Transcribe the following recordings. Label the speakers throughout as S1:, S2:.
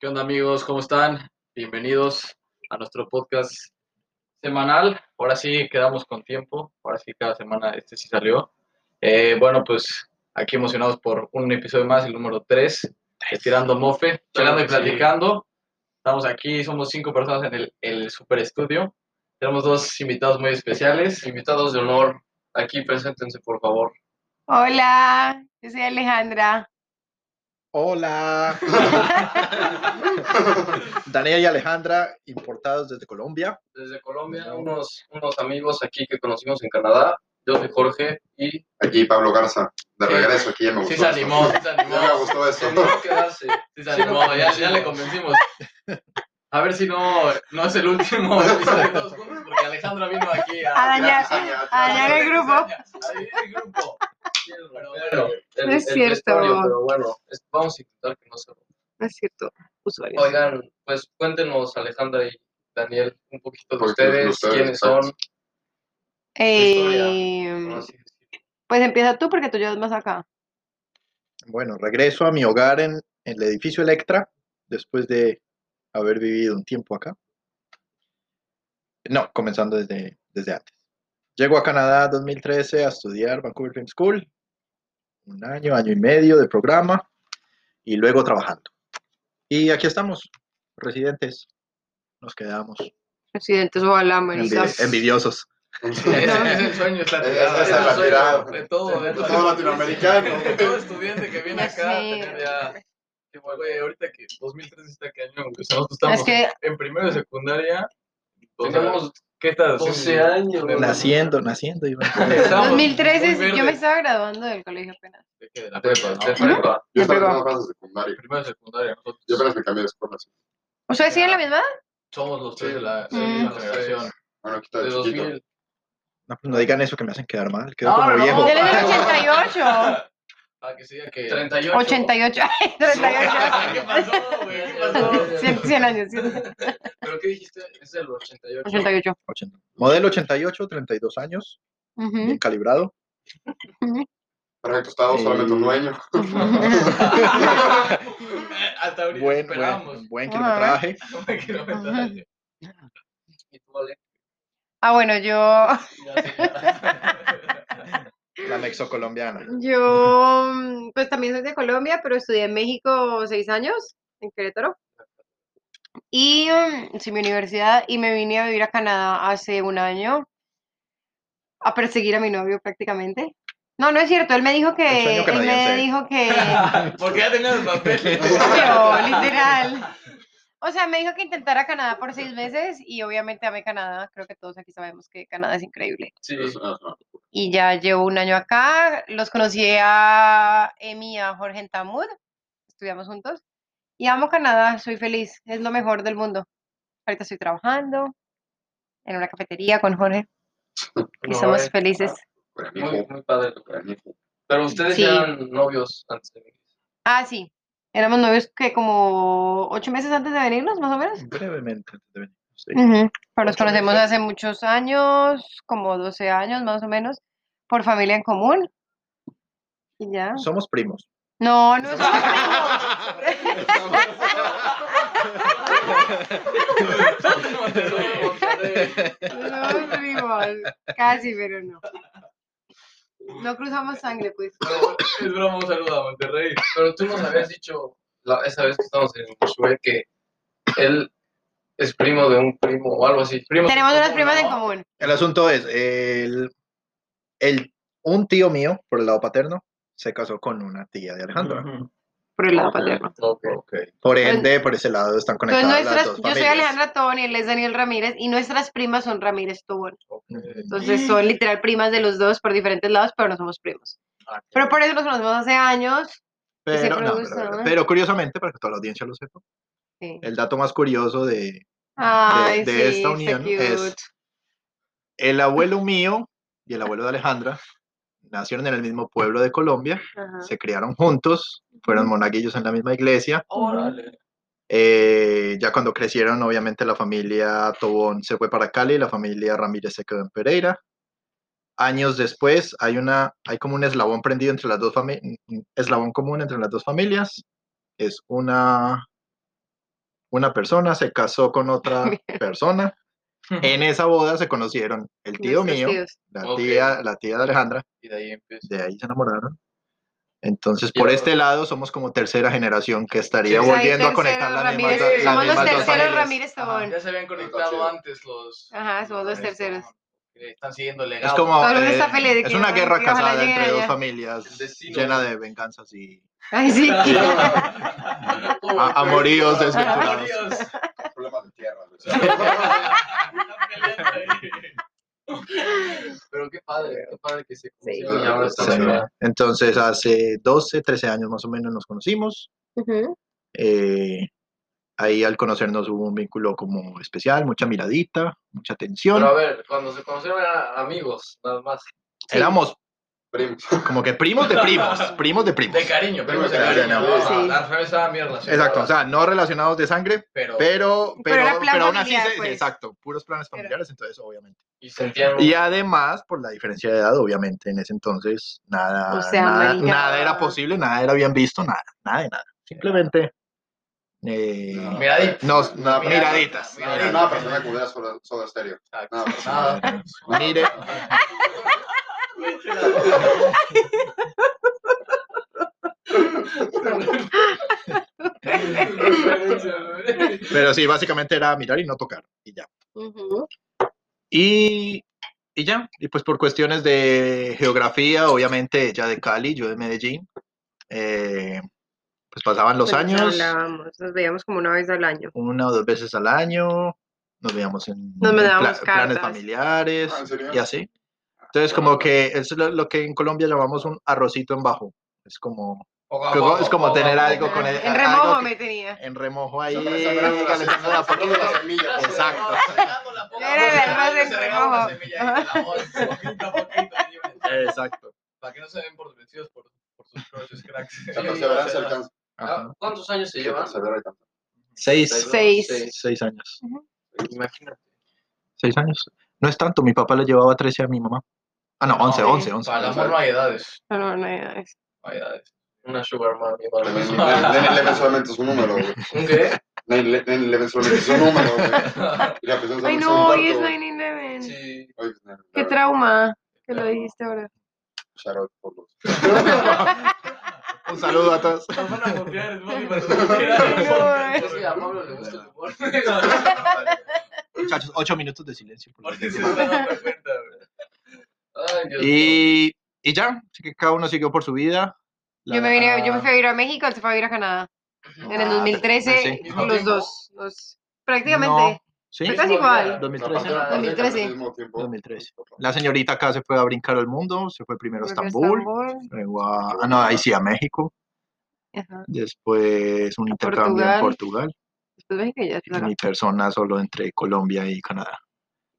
S1: ¿Qué onda amigos? ¿Cómo están? Bienvenidos a nuestro podcast semanal. Ahora sí quedamos con tiempo. Ahora sí cada semana este sí salió. Eh, bueno, pues aquí emocionados por un episodio más, el número 3, Tirando Mofe, charlando y
S2: que sí.
S1: platicando. Estamos aquí, somos cinco personas en el, el super estudio. Tenemos dos invitados muy especiales.
S2: Invitados de honor, aquí preséntense, por favor.
S3: Hola, yo soy Alejandra.
S4: Hola, Daniel y Alejandra, importados desde Colombia.
S2: Desde Colombia, unos, unos amigos aquí que conocimos en Canadá. Yo soy Jorge y
S5: Aquí Pablo Garza, de
S1: Sí.
S5: regreso aquí, ya me gustó.
S1: Sí se
S5: eso.
S1: animó, sí se animó.
S5: Ya me gustó eso.
S2: tenía que darse.
S1: Sí se animó, ya, ya le convencimos. A ver si no, no es el último episodio de todos juntos, porque Alejandra vino aquí a,
S3: A dañar,
S5: gracias, ya,
S3: a dañar el grupo.
S1: A dividir el grupo. Pero
S2: Bueno,
S1: bueno,
S2: el-
S3: No es
S2: el
S3: cierto.
S2: vestuario, pero bueno, es- vamos a intentar que no se rompa.
S3: No es cierto, usuarios.
S2: Oigan, pues cuéntenos, Alejandra y Daniel, un poquito de
S5: Porque de
S2: ustedes,
S5: ustedes,
S2: quiénes
S5: exacto.
S2: son.
S3: Eh,
S2: por así decirlo.
S3: pues empieza tú porque tú llevas más acá.
S4: Bueno, regreso a mi hogar en, el edificio Electra después de haber vivido un tiempo acá. No, comenzando desde, desde antes. Llego a Canadá 2013 a estudiar Vancouver Film School, un año, año y medio de programa y luego trabajando. Y aquí estamos, residentes, nos quedamos
S3: Accidentes, ojalá, marica.
S4: envi- envidiosos.
S1: ese es el sueño, es la
S5: Esa- esa
S1: tirada.
S5: es la
S1: el sueño
S5: tirada.
S1: De todo,
S5: De todo latinoamericano.
S1: De todo estudiante que viene
S3: Ya
S1: acá,
S3: sé.
S1: tener ya. que, Güey, ahorita que 2013 está cañón, güey. O sea, nosotros
S3: Es
S1: estamos
S3: que
S1: en primero de secundaria. o sea,
S2: Tenemos
S1: ¿qué estás?
S2: 12 años.
S1: Bueno,
S4: Naciendo, naciendo. Iván.
S1: Estamos muy
S3: 2013
S1: verdes.
S3: yo me estaba graduando del colegio apenas.
S1: ¿De qué? De la
S2: De-
S1: prepa, ¿no?
S2: de prepa.
S5: Yo
S3: Ya
S5: estaba
S3: pegó.
S5: en una clase secundaria.
S1: Primero de secundaria, nosotros
S5: Yo apenas me cambié de escuela. así.
S3: ¿Ustedes siguen la misma? edad?
S1: somos los tres de la,
S3: Sí,
S1: de la
S2: los
S1: generación.
S5: Bueno, aquí está
S2: De
S5: de chiquito.
S2: 2000.
S4: No, pues no digan eso que me hacen quedar mal. Quedo
S1: No,
S4: como
S1: no,
S4: viejo.
S1: no,
S3: Yo les
S1: no.
S3: digo 88.
S1: Para ah, que se diga que...
S2: 38.
S3: 88. ay, 38.
S1: ¿Qué pasó, güey? ¿Qué pasó?
S3: 100, 100 años. 100.
S2: ¿Pero qué dijiste? Es el 88.
S3: 88.
S4: 80. Modelo 88, 32 años, bien
S3: Ujú.
S4: calibrado.
S5: Perfecto, estado solamente un dueño.
S1: Hasta ahorita
S4: Buen,
S1: esperamos.
S4: buen, buen
S3: Ajá.
S4: kilometraje.
S2: ¿Y tú, Ale?
S3: Ah, bueno, yo
S1: Ya sé, ya.
S4: La mexocolombiana.
S3: Yo, mm, pues también soy de Colombia, pero estudié en México seis años, en Querétaro. Y mm, sí, mi universidad, y me vine a vivir a Canadá hace un año a perseguir a mi novio prácticamente. No, no es cierto, él me dijo que,
S4: sueño
S3: él me
S4: canadiense.
S3: dijo que,
S1: Porque ya tenía los papeles.
S3: obvio, literal. O sea, me dijo que intentara Canadá por seis meses y obviamente amé Canadá. Creo que todos aquí sabemos que Canadá es increíble
S2: Sí.
S5: Eso, ajá.
S3: y ya llevo un año acá. Los conocí a Emi y a Jorge en Tamud, estudiamos juntos. Y amo Canadá, soy feliz, es lo mejor del mundo. Ahorita estoy trabajando en una cafetería con Jorge y
S2: No,
S3: somos
S2: eh.
S3: felices.
S2: Muy,
S5: Granijo,
S2: muy padre tu plan.
S5: granijo.
S2: Pero ustedes
S3: Sí.
S2: ya eran novios antes de venir.
S3: Ah, sí, éramos novios que como ocho meses antes de venirnos, más o menos.
S4: Brevemente. antes de venir. Sí.
S3: Ujú, Pero nos
S1: Ocho
S3: conocemos
S1: meses.
S3: hace muchos años, como 12 años más o menos, por familia en común. Y ya.
S4: Somos primos.
S3: No, no somos primos. No somos primos, casi, pero no. No cruzamos sangre, pues.
S1: Es broma, un saludo a Monterrey.
S2: Pero tú nos habías dicho la- esa vez que estábamos en Ushuaia que él es primo de un primo o algo así. Primo
S3: Tenemos unas primas en
S2: ¿no?
S3: común.
S4: El asunto es, el, el, un tío mío, por el lado paterno, se casó con una tía de Alejandra.
S3: Por el lado
S5: Ok.
S3: paterno.
S2: Ok.
S4: Por ende, por ese lado están
S3: Entonces,
S4: conectadas las
S3: Pues, nuestras,
S4: dos
S3: yo soy
S4: familias.
S3: Alejandra Tobón y él es Daniel Ramírez, y nuestras primas son Ramírez Tobón.
S4: Ujú.
S3: Entonces, son literal primas de los dos por diferentes lados, pero no somos primos. Pero por eso nos conocemos hace años.
S4: Pero,
S3: siempre
S4: no,
S3: me
S4: pero-
S3: gustaba.
S4: pero curiosamente, para que toda la audiencia lo sepa,
S3: Sí.
S4: el dato más curioso de,
S3: Ay,
S4: de
S3: sí,
S4: esta
S3: está
S4: unión
S3: cute.
S4: es- El abuelo mío y el abuelo de Alejandra nacieron en el mismo pueblo de Colombia,
S3: Ajá.
S4: se criaron juntos, fueron monaguillos en la misma iglesia.
S2: Órale.
S4: Eh, ya cuando crecieron, obviamente la familia Tobón se fue para Cali, la familia Ramírez se quedó en Pereira. Años después hay una, hay como un eslabón prendido entre las dos familias, eslabón común entre las dos familias. Es una Una persona se casó con otra persona. En esa boda se conocieron el tío
S3: nuestros
S4: mío,
S3: tíos.
S4: la
S1: Ok.
S4: tía, la tía de Alejandra,
S1: Y de ahí empieza.
S4: de ahí se enamoraron. Entonces,
S1: Y
S4: por
S1: ahora-
S4: este lado, somos como tercera generación que estaría
S3: O sea, hay
S4: volviendo a
S3: terceros
S4: conectar la misma,
S3: Ramírez-
S1: las
S3: Somos los
S1: mismas dos
S3: terceros
S1: familias.
S3: Ramírez
S1: Ajá,
S3: Tobón.
S1: ya se habían
S5: Está
S1: conectado
S5: chido.
S1: antes los.
S3: Ajá, somos los
S1: los
S3: terceros.
S1: Están siguiendo el legado.
S4: Es como. eh,
S3: Todo el mundo está feliz de
S4: es
S3: que
S4: una
S3: yo-
S4: guerra
S3: que ojalá
S4: casada
S3: lleguen
S4: entre dos
S3: allá.
S4: familias
S5: El destino.
S4: llena de venganzas y
S3: Ay, sí.
S4: a- amoríos desventurados.
S1: Adiós.
S5: Problemas de tierra. güey.
S2: Pero qué padre, qué padre que se conocieron
S5: Sí.
S2: y ahora
S4: Sí.
S2: están acá.
S4: Entonces, hace 12, 13 años más o menos nos conocimos.
S3: Ujú.
S4: Eh, ahí al conocernos hubo un vínculo como especial, mucha miradita, mucha
S2: Pero a
S4: tensión.
S2: ver, cuando se conocieron eran amigos, nada más.
S4: Éramos
S5: Primos.
S4: como que primos de primos, primos de primos.
S1: De cariño, pero
S5: Primos
S1: de
S5: de
S1: cariño.
S5: cariño,
S1: ¿no?
S5: sí.
S1: Ah, La familia estaba bien relacionada,
S4: Exacto, o sea, no relacionados de sangre, pero,
S1: Pero.
S3: Pero
S4: pero,
S3: era plan
S4: pero aún así,
S3: familiar,
S4: se-
S3: pues.
S4: exacto, puros planes familiares, entonces, obviamente.
S2: Y sentían
S4: Y además, por la diferencia de edad, obviamente, en ese entonces, nada,
S3: O sea,
S4: nada,
S3: marica.
S4: nada era posible, nada era bien visto, nada, nada de nada. Simplemente, eh,
S5: No.
S1: Miradita.
S4: nos,
S5: No, pero-
S4: miraditas.
S5: No, no, no, persona que hubiera soda, soda estéreo. No,
S1: Nada.
S4: Mire, pero sí, básicamente era mirar y no tocar, y ya.
S3: Ujú.
S4: Y, y ya, y pues por cuestiones de geografía, obviamente ella de Cali, yo de Medellín, eh, pues pasaban los
S3: Pues nos
S4: años,
S3: hablábamos, nos veíamos como una vez al año.
S4: una o dos veces al año, nos veíamos en,
S3: Nos
S4: en
S3: mandábamos
S4: planes
S3: cartas.
S4: familiares
S5: Ah, ¿en serio?
S4: y así. Entonces como que es lo, lo que en Colombia llamamos un arrocito en bajo, es como, es como tener algo con el-
S3: En
S4: algo
S3: remojo
S4: que-
S3: me tenía.
S4: en remojo ahí, calentando la
S5: Calentando la semilla. por favor.
S4: Exacto.
S3: Era el arroz en remojo.
S4: Exacto.
S1: Para que no se den por vencidos por, por sus propios cracks.
S5: La perseverancia alcanza.
S4: Ajá.
S2: Ah, ¿Cuántos años se
S5: Sí, la
S2: llevan?
S5: perseverancia alcanza.
S4: Seis,
S3: Seis.
S4: seis años.
S2: Imagínate.
S4: Seis años. No es tanto, mi papá le llevaba 13 a mi mamá. Ah, no, 11,
S3: sí.
S4: 11, 11.
S1: Para el amor no hay edades.
S3: No, no, no, no, es-
S1: No hay edades.
S2: Una sugar mami.
S5: Lenny-
S2: mami.
S5: Lenny Lenny Levin solamente es un número, güey.
S2: ¿Un qué?
S5: Lenny Le- Lenny Levin solamente es un número, güey. Y la persona
S3: Ay,
S5: solamente es un
S3: no,
S5: cuarto,
S3: hoy es
S5: güey.
S3: 9-11.
S2: Sí.
S5: Hoy es Lenny
S3: Qué
S5: Levin.
S3: trauma que lo dijiste ahora.
S5: Shout out por los-
S4: Un saludo a todos.
S1: Nos van a mutear, es muy
S3: Ay, no, eh.
S2: Es que a Pablo le gusta el humor.
S4: Muchachos, 8 minutos de silencio. por favor.
S1: Porque se está dando cuenta, güey.
S2: Ay, Dios mío.
S4: Y, y ya, así que cada uno siguió por su vida. La-
S3: Yo me, vine, yo me fui a vivir a México, él se fue a vivir a Canadá. En el
S4: Ah,
S3: 2013,
S4: sí.
S1: Mismo
S3: los
S1: tiempo.
S3: dos. los- prácticamente.
S4: ¿Sí?
S3: Pero casi igual.
S4: 2013.
S5: No, aparte-
S3: 2013.
S5: al mismo tiempo.
S4: 2013. La señorita acá se fue a brincar al mundo, se fue primero a
S3: Volvió a
S4: Estambul,
S3: Estambul,
S4: luego a, ah, no, ahí sí a México,
S3: ajá.
S4: después un intercambio en
S3: Portugal.
S4: Portugal.
S3: Después México y ya después acá.
S4: mi persona solo entre Colombia y Canadá.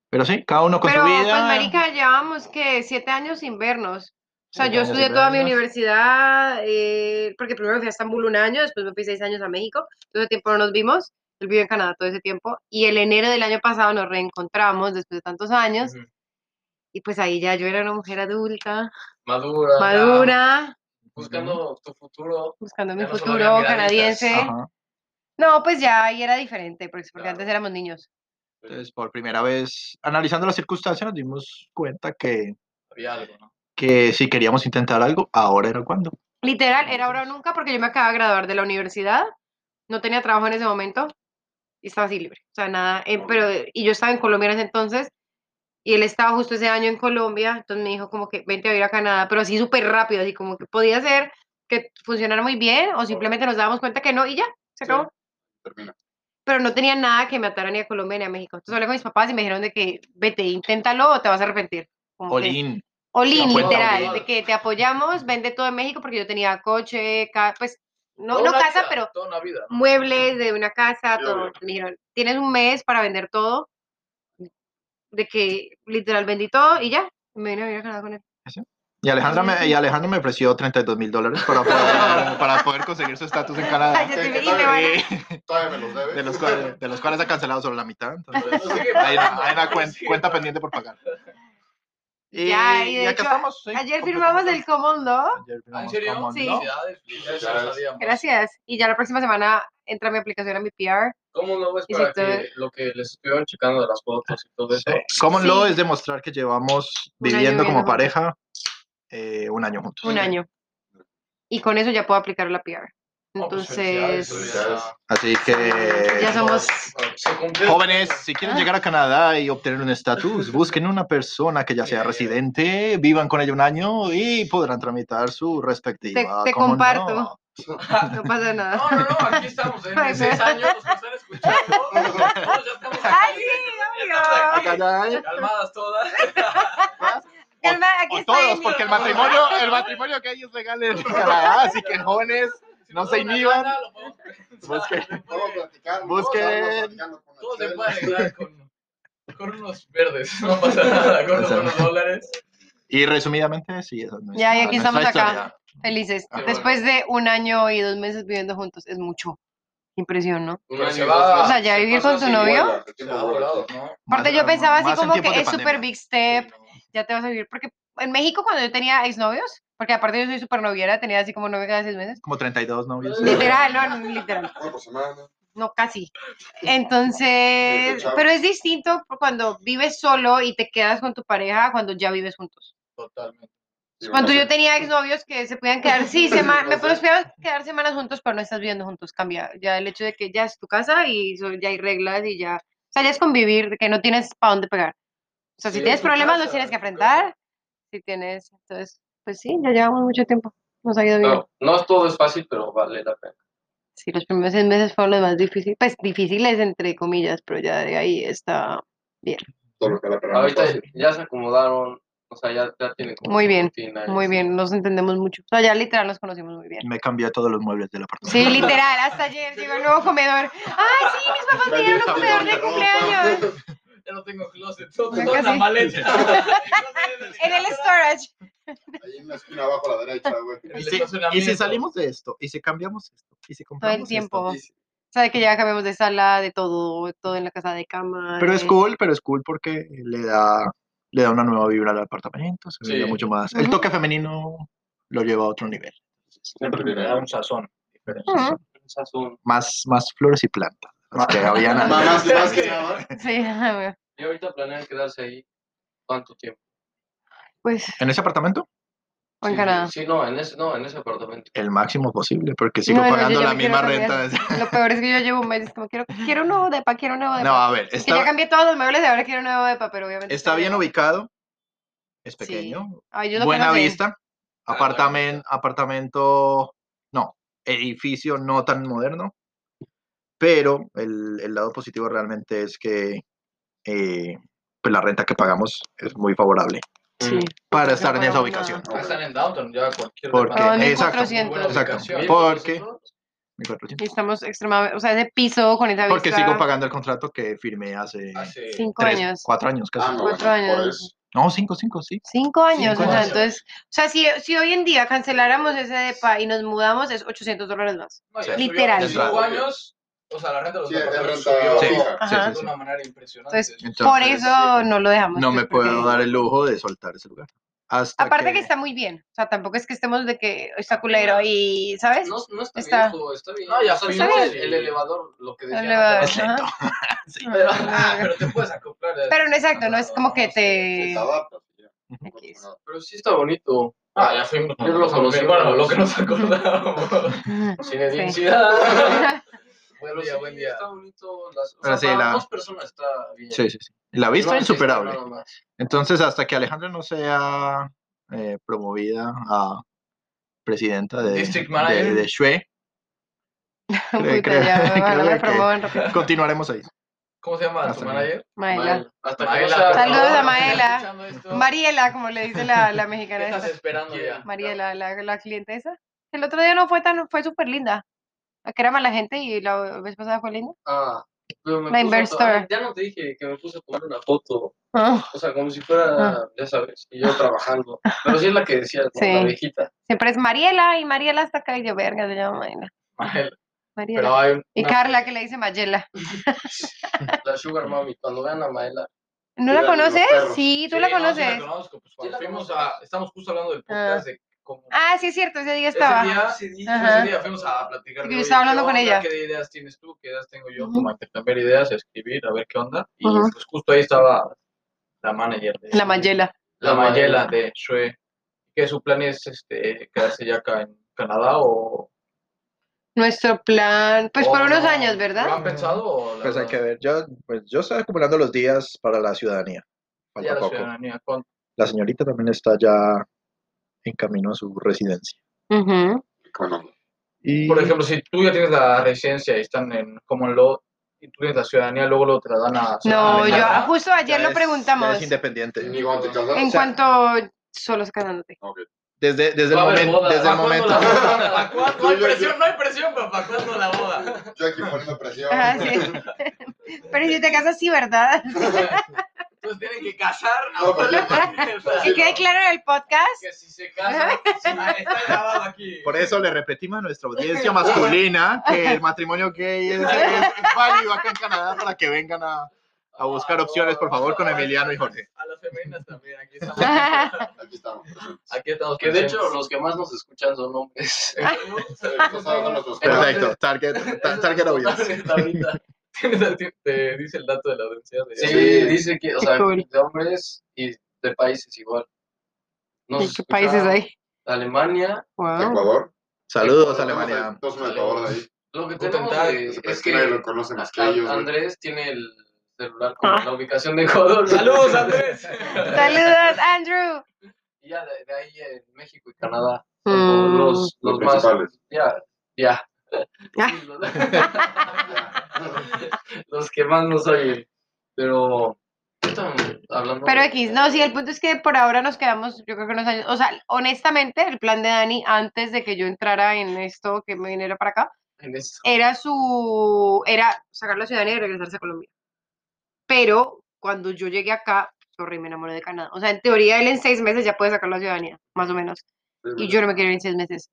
S4: Pero sí, cada uno con
S3: Pero
S4: su
S3: pues,
S4: vida.
S3: Marica, llevamos que siete años sin vernos. O sea,
S4: Siete
S3: yo
S4: años
S3: estudié
S4: sin
S3: toda mi
S4: vernos.
S3: universidad, eh, porque primero fui a Estambul un año, después me fui seis años a México, todo ese tiempo no nos vimos, él vivió en Canadá todo ese tiempo, y el enero del año pasado nos reencontramos después de tantos años,
S1: Ujú.
S3: y pues ahí ya yo era una mujer adulta,
S2: Madura.
S3: madura,
S2: Buscando tu futuro.
S3: buscando mi
S2: Ya no solo
S3: futuro
S2: había miraditas.
S3: canadiense.
S4: Ajá.
S3: No, pues ya ahí era diferente, porque, porque
S2: Claro.
S3: antes éramos niños.
S4: Entonces, por primera vez, analizando las circunstancias, nos dimos cuenta que,
S1: Había algo, ¿no?
S4: que si queríamos intentar algo, ahora era cuando.
S3: Literal, era ahora o nunca, porque yo me acababa de graduar de la universidad, no tenía trabajo en ese momento y estaba así libre. O sea, nada, eh, pero eh, y yo estaba en Colombia en ese entonces y él estaba justo ese año en Colombia, entonces me dijo como que vente a vivir a Canadá, pero así súper rápido, así como que podía ser que funcionara muy bien o simplemente nos dábamos cuenta que no y ya,
S5: Sí.
S3: se acabó.
S5: Termina.
S3: Pero no tenía nada que me atara ni a Colombia ni a México. Entonces hablé con mis papás y me dijeron de que vete, inténtalo o te vas a arrepentir. Como que-
S4: Olin.
S3: Olin,
S4: Apoyo,
S3: literal,
S2: apoyo.
S3: de que te apoyamos, vende todo en México porque yo tenía coche, ca- pues, no,
S2: Toda
S3: no
S2: una
S3: casa,
S2: vida,
S3: pero
S2: Toda una vida.
S3: muebles de una casa,
S5: Sí,
S3: todo.
S5: obvio.
S3: Me dijeron, tienes un mes para vender todo, de que literal vendí todo y ya, me vine a vivir a Canadá con él.
S4: Y Alejandra me, y
S3: Mm.
S4: Alejandro me ofreció 32 mil dólares para poder, para poder conseguir su estatus en Canadá.
S3: Ay, yo te
S5: ¿qué
S3: vi- y
S5: tal?
S3: me van a-
S4: Sí,
S5: Todavía me los debe.
S4: de, los cuales, de los cuales ha cancelado solo la mitad. Entonces,
S1: Pero sigue
S4: hay una,
S1: pagando,
S4: hay una
S1: pero
S4: cuen-
S1: sigue
S4: cuenta
S1: pagando.
S4: pendiente por pagar. Y,
S3: Ya, y de
S4: y acá
S3: hecho,
S4: estamos. ¿eh? sí,
S3: Ayer firmamos el Common Law,
S4: Ayer
S1: Ah, ¿En
S4: firmamos
S1: serio?
S4: Common
S3: Sí.
S4: Law.
S1: Felicidades, felicidades, ya lo sabíamos.
S3: gracias, y ya la próxima semana entra mi aplicación a mi PR,
S2: ¿Cómo lo ves
S3: Y
S2: para
S3: si te-
S2: que lo que les estuvieron checando de las fotos y todo eso? Oh,
S4: Common
S3: Sí.
S4: Law es demostrar que llevamos
S3: Un año
S4: viviendo como
S3: viviendo
S4: pareja eh, un año juntos.
S3: un año. Y con eso ya puedo aplicar la PR.
S2: No, pues,
S3: Entonces,
S2: felicidades, ya-
S4: Así que,
S3: ya somos
S2: se cumplió.
S4: jóvenes, si quieren llegar a Canadá y obtener un estatus, busquen una persona que ya sea residente, vivan con ella un año y podrán tramitar su respectiva.
S3: te
S4: Common
S3: comparto.
S4: Law.
S3: no
S2: No,
S3: pasa nada.
S2: no, no, aquí estamos.
S3: Ay,
S2: En seis
S3: pero-
S2: años nos están escuchando. Todos ya estamos acá.
S3: ¡Ay, sí, obvio!
S4: Acá ya hay-
S2: Calmadas todas.
S3: Calma, aquí
S4: O
S3: estoy,
S4: todos,
S3: mi
S4: porque el
S3: amor.
S4: matrimonio, el matrimonio que hay es legal en Canadá, así que jóvenes,
S2: Si
S4: No
S2: nos
S4: se
S2: dan una
S4: inhiban. Pues
S2: lana, lo podemos Pues pensar.
S4: Busquen.
S5: Todo platicando.
S4: Busquen.
S2: Todo se puede arreglar con, con unos verdes. No pasa nada. Con
S4: Pasa
S2: unos dólares.
S4: y resumidamente, sí, eso es nuestra-
S3: Ya, y aquí
S4: nuestra
S3: estamos acá.
S4: historia.
S3: Felices.
S2: Ah,
S3: Después de un año y dos meses viviendo juntos, es mucho. Impresión, ¿no?
S5: Uno
S2: se
S5: se
S2: va-
S5: va.
S3: O sea, ya vivir con su novio.
S2: Se ha volado, ¿no?
S3: Aparte,
S4: Más-
S3: yo pensaba así
S4: más en
S3: como
S4: tiempos
S3: que
S4: de
S3: es
S4: pandemia.
S3: super big step, ya te vas a vivir. Porque en México, cuando yo tenía exnovios, porque aparte yo soy super noviera, tenía así como novia cada seis meses.
S4: Como 32 novios.
S3: Literal, no, no, literal.
S5: Uno por semana.
S3: No, casi. Entonces,
S5: chavo.
S3: pero es distinto cuando vives solo y te quedas con tu pareja cuando ya vives juntos.
S2: Totalmente.
S5: Sí,
S3: Cuando
S5: uno
S3: yo
S5: se-
S3: tenía exnovios que se podían quedar, sí, sema-
S5: No
S3: me
S5: sé.
S3: podías quedar- quedar semanas juntos, pero no estás viviendo juntos. Cambia ya el hecho de que ya es tu casa y so- ya hay reglas y ya, o sea, ya es convivir, de que no tienes para dónde pegar. O sea,
S2: Sí,
S3: si
S2: es
S3: tienes
S2: tu
S3: problemas, los
S2: casa,
S3: tienes que
S2: es tu
S3: enfrentar. Si tienes, entonces, pues sí, ya llevamos mucho tiempo. Nos ha ido bien.
S2: No, no es todo es fácil, pero vale la pena.
S3: Sí, los primeros seis meses fueron los más difíciles, pues difíciles entre comillas, pero ya de ahí está
S5: todo lo que la pena
S2: Ahorita
S5: no pasa.
S2: ya se acomodaron. O sea, ya, ya tienen como
S3: Muy
S2: su
S3: bien,
S2: rutina y
S3: muy
S2: así.
S3: bien, nos entendemos mucho. O sea, ya literal nos conocimos muy bien.
S4: Me cambié todos los muebles del apartamento.
S3: Sí, literal, hasta ayer llegó el nuevo comedor. ¡Ay, sí, mis papás me dieron un comedor de cumpleaños!
S2: Ya no tengo closet. Todo,
S3: Ya
S2: todo en la
S3: casi.
S2: maleta.
S3: En el storage.
S5: Ahí en la esquina abajo a la derecha, güey.
S4: Y si, y si salimos de esto, y si cambiamos esto, y si
S3: Todo
S4: compramos
S3: el tiempo.
S4: esto.
S3: O sea, de que ya cambiamos de sala, de todo, todo en la casa de cama.
S4: Pero es
S3: de-
S4: cool, pero es cool porque le da, le da una nueva vibra al apartamento, se
S2: Sí.
S4: ve mucho más. El
S3: Ujú.
S4: toque femenino lo lleva a otro nivel.
S1: Siempre le
S5: Ah,
S1: da un sazón. diferente.
S3: Ujú,
S4: Más, más flores y plantas. las que habían
S5: Nada
S4: antes.
S5: más, más que nada.
S3: Sí, ajá, güey.
S2: Y ahorita planean quedarse ahí cuánto tiempo.
S3: pues,
S4: ¿En ese apartamento?
S3: o en
S2: Sí,
S3: Canadá.
S2: Sí, no, en ese, no, en ese apartamento.
S4: El máximo posible, porque sigo
S3: No, no, yo
S4: pagando
S3: ya
S4: la
S3: me quiero
S4: misma
S3: cambiar.
S4: renta. desde-
S3: Lo peor es que yo llevo un mes, como quiero, quiero un nuevo depa, quiero un nuevo
S4: No,
S3: depa.
S4: a ver,
S3: Es que ya
S4: está,
S3: cambié todos los muebles y ahora quiero un nuevo depa, pero obviamente.
S4: está bien
S3: obviamente-
S4: ubicado, es
S3: Sí.
S4: pequeño,
S3: Ay, yo lo
S4: buena
S3: conocí.
S4: vista,
S2: Ah, buena
S4: apartamen- apartamento, no, edificio no tan moderno, pero el, el lado positivo realmente es que eh, pues la renta que pagamos es muy favorable
S3: Sí.
S4: para
S3: No
S4: estar en esa
S3: pagamos
S4: ubicación.
S2: Ah, están en downtown, ya cualquier
S4: Porque-
S2: departamento.
S3: Ah,
S4: exacto,
S3: 1400.
S2: Buena
S4: exacto,
S2: ubicación.
S4: porque-
S2: 1400.
S3: Y
S4: 1400.
S3: estamos extremadamente, o sea, ese piso con esa
S4: Porque
S3: vista.
S4: sigo pagando el contrato que firmé hace
S2: Hace-
S3: Cinco
S4: tres,
S3: años.
S4: cuatro años casi.
S5: Ah, no,
S3: Cuatro
S5: bueno, por
S3: años.
S5: eso.
S4: No, cinco, cinco, sí.
S3: Cinco años,
S4: Cinco
S3: o sea,
S2: años.
S3: entonces, o sea, si, si hoy en día canceláramos ese depa y nos mudamos, es 800 dólares más.
S2: No, ya
S4: Sí.
S2: subió
S3: Literal.
S2: hace cinco
S5: Exacto.
S2: años, o sea, la renta de los
S5: Sí, es
S2: departamentos
S5: renta
S2: subió
S5: fija.
S4: Sí,
S3: Ajá.
S4: sí,
S2: de
S4: sí.
S2: una manera impresionante.
S3: Entonces, Por
S4: Entonces,
S3: eso no lo dejamos.
S4: no
S3: pues,
S4: me puedo
S3: porque-
S4: dar el lujo de soltar ese lugar. Hasta
S3: Aparte que está muy bien, o sea, tampoco es que estemos de que está culero y, ¿sabes?
S2: No, no está,
S3: Está-
S2: viejo, está bien. No, ya
S3: Está
S2: fuimos,
S1: bien.
S2: El, el elevador, lo que
S3: El
S2: decía.
S3: elevador.
S4: es
S3: Ajá.
S4: lento.
S2: Pero,
S3: Ah,
S2: pero te puedes acoplar. ya.
S3: Pero no exacto, no es como que
S5: Se
S3: te...
S5: adapta, ya. No pasa
S3: X.
S5: nada.
S2: Pero sí está bonito.
S1: Ah, ya fuimos.
S2: Yo lo conocí. Bueno, lo que nos acordábamos. Sin densidad. Buen día, buen día. Está bonito. Las, o
S4: Pero
S2: sea,
S4: sí,
S2: para
S4: la-
S2: dos personas está bien.
S4: Sí, sí, sí. La vista
S2: No
S4: es insuperable.
S2: necesita nada más.
S4: Entonces, hasta que Alejandra no sea eh, promovida a presidenta de,
S1: District
S4: de,
S1: manager.
S4: de Shue, Creo-
S3: Puta,
S4: creo-
S3: ya,
S4: creo
S3: ojalá me
S4: que-
S3: promuevan rápido.
S4: continuaremos ahí.
S1: ¿Cómo se llama
S4: Hasta
S1: tu
S4: luego.
S1: manager?
S3: Maela.
S2: Hasta
S1: Maela,
S2: que no sea-
S1: por
S3: Saludos a
S1: favor, no estés
S3: Maela.
S2: escuchando esto.
S3: Mariela, como le dice la, la
S2: ¿Qué
S3: mexicana
S2: estás
S3: esta.
S2: esperando ya?
S3: Mariela, la, la cliente esa. El otro día no fue tan, fue súper linda. La que era mala gente y la vez pasada fue linda.
S2: Ah, pero me
S3: La
S2: puso a
S3: Inverse
S2: to- ay,
S3: Store.
S2: Ya no te dije que me puse a tomar una foto.
S3: Ah,
S2: O sea, como si fuera,
S3: Ah.
S2: ya sabes, y yo trabajando. Pero sí es la que decías, ¿no?
S3: Sí.
S2: la viejita.
S3: Siempre es Mariela y Mariela hasta acá y yo, verga, se llama Mariela.
S1: Mael.
S3: Mariela.
S1: Pero hay
S3: y
S1: una-
S3: Carla que le dice Mayela.
S2: La Sugar Mami. Cuando vean a Maela.
S3: ¿No
S5: Cuida
S3: la
S5: de los
S3: conoces?
S5: perros.
S3: Sí, tú la
S1: Sí, no, sí
S3: conoces.
S1: conozco, pues, cuando
S2: Sí la
S1: fuimos
S2: conoces.
S1: a- Estamos justo hablando del podcast de como
S3: Ah, sí, es cierto, ese día
S1: ese
S3: estaba.
S1: día,
S3: Ajá.
S1: ese día fuimos a platicar.
S3: Porque yo
S1: oye,
S3: estaba hablando
S1: ¿qué
S3: con
S1: onda?
S3: ella.
S1: ¿Qué ideas tienes tú? ¿Qué ideas tengo yo?
S3: Ujú.
S1: Como a intercambiar ideas, a escribir, a ver qué onda. Y
S3: Ujú.
S1: pues justo ahí estaba la manager. de-
S3: La Mayela.
S1: La Mayela de Shue. Que su plan es este, quedarse ya acá en Canadá o.
S3: Nuestro plan, pues por
S1: o
S3: unos
S1: Oh, no?
S3: años, ¿verdad?
S1: ¿Lo han pensado? O la
S4: Pues hay
S1: verdad?
S4: que ver, yo, pues yo estoy acumulando los días para la ciudadanía. Falta
S1: Ya la
S4: poco.
S1: ciudadanía. ¿cuánto?
S4: La señorita también está ya en camino a su residencia.
S3: Ujú.
S5: Económico.
S4: Y
S1: Por ejemplo, si tú ya tienes la residencia y están en como en lo. Y tú tienes la ciudadanía, luego lo te la dan a.
S3: No,
S1: a-
S3: yo
S1: a-
S3: justo ayer
S4: ya
S3: lo
S4: es-
S3: preguntamos.
S4: ya es independiente.
S5: Ni cuando te casas.
S3: En
S4: o sea-
S3: cuanto solo casándote.
S5: Ok.
S4: Desde, desde el
S1: Va a haber
S4: momento.
S1: boda,
S4: Desde
S1: ¿pa'
S4: el
S1: cuándo
S4: momento.
S1: la boda? ¿Pa' cuándo? No hay
S5: Sí, yo-
S1: presión, no hay presión, papá. ¿Cuándo la boda?
S5: Yo aquí poniendo presión.
S3: Ajá, sí. Pero si te casas, sí, ¿verdad?
S1: Entonces tienen que casar a
S5: No,
S1: una
S5: no,
S1: persona.
S5: Sí,
S3: Que quede
S5: no.
S3: claro en el podcast.
S1: Que si se casan, sí, está grabado aquí.
S4: Por eso le repetimos a nuestra audiencia masculina que el matrimonio gay es, es válido acá en Canadá para que vengan a, a buscar opciones, por favor, con Emiliano y Jorge.
S1: A las femeninas también, aquí estamos.
S5: Aquí estamos.
S1: Aquí estamos.
S2: Que de hecho los que más nos escuchan son hombres.
S5: Nos salgan nuestros padres.
S4: Perfecto, target, ta- target audience.
S1: Ahorita. Tienes el ti- Te dice el dato de la audiencia. de-
S2: Sí,
S5: Sí.
S2: dice que, o
S3: Qué
S2: sea,
S3: cool.
S2: de hombres y de países igual. No
S3: ¿De qué países hay?
S2: Alemania,
S3: Wow.
S5: Ecuador.
S4: Saludos,
S5: Tenemos ahí
S4: Alemania.
S5: Dos en Ecuador ahí.
S2: lo que
S1: Guten
S2: tenemos
S1: Tag,
S2: eh,
S5: Pero
S2: es
S5: que nadie
S2: que
S5: lo conoce más que
S2: a-
S5: ellos. güey.
S2: Andrés tiene el celular con
S3: Ah.
S2: la ubicación de Ecuador.
S1: Saludos, Andrés.
S3: Saludos, Andrew.
S2: Y ya de, de ahí eh, México y
S3: Ah.
S2: Canadá son
S3: Mm.
S2: los, los
S5: Los
S2: más.
S5: principales.
S2: Ya, ya.
S3: Ah.
S2: Sí, los, los que más nos oyen. Pero, ¿qué están hablando?
S3: Pero
S2: de-
S3: X, no, sí, el punto es que por ahora nos quedamos, yo creo que unos años, o sea, honestamente, el plan de Dani antes de que yo entrara en esto, que me viniera para acá,
S2: en eso.
S3: era su, era sacar la ciudadanía y regresarse a Colombia. Pero cuando yo llegué acá, sorry, me enamoré de Canadá. O sea, en teoría él en seis meses ya puede sacar la ciudadanía, más o menos. Y yo no me quiero ir en seis meses.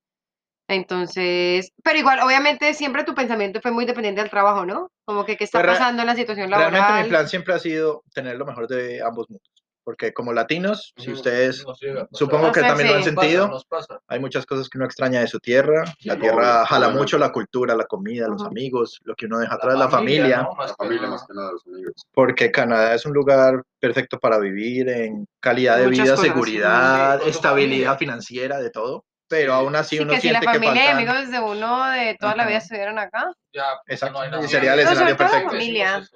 S3: Entonces, pero igual, obviamente siempre tu pensamiento fue muy dependiente del trabajo, ¿no? Como que qué está
S4: Pues re-
S3: pasando en la situación
S4: Realmente mi
S3: laboral.
S4: plan siempre ha sido tener lo mejor de ambos mundos. Porque como latinos, si
S2: Ujú.
S4: ustedes,
S1: Nos llega a pasar.
S4: supongo que
S3: Pasa,
S4: también lo han
S3: sí.
S1: Nos pasa,
S4: sentido,
S1: nos pasa.
S4: hay muchas cosas que uno extraña de su tierra. La
S5: Sí,
S4: tierra
S5: obvio,
S4: jala
S5: obviamente.
S4: mucho la cultura, la comida, los
S3: Ujú.
S4: amigos, lo que uno deja atrás, la familia.
S1: ¿no? Más
S5: La
S1: que
S5: familia
S1: nada.
S5: más que nada, los amigos.
S4: porque Canadá es un lugar perfecto para vivir en calidad de
S3: Muchas
S4: vida,
S3: cosas,
S4: seguridad,
S1: sí, con tu
S4: estabilidad
S1: familia.
S4: financiera, de todo. Pero aún así
S3: Sí,
S4: uno
S3: que si la
S4: siente que
S3: familia y
S4: faltan.
S3: amigos de uno de toda la vida
S4: Ajá.
S3: estuvieron acá.
S1: Ya, pues,
S4: Exacto,
S1: no hay nada.
S4: y sería el
S3: No, sobre
S4: escenario
S3: todo la
S4: perfecto.
S3: familia.
S2: pues,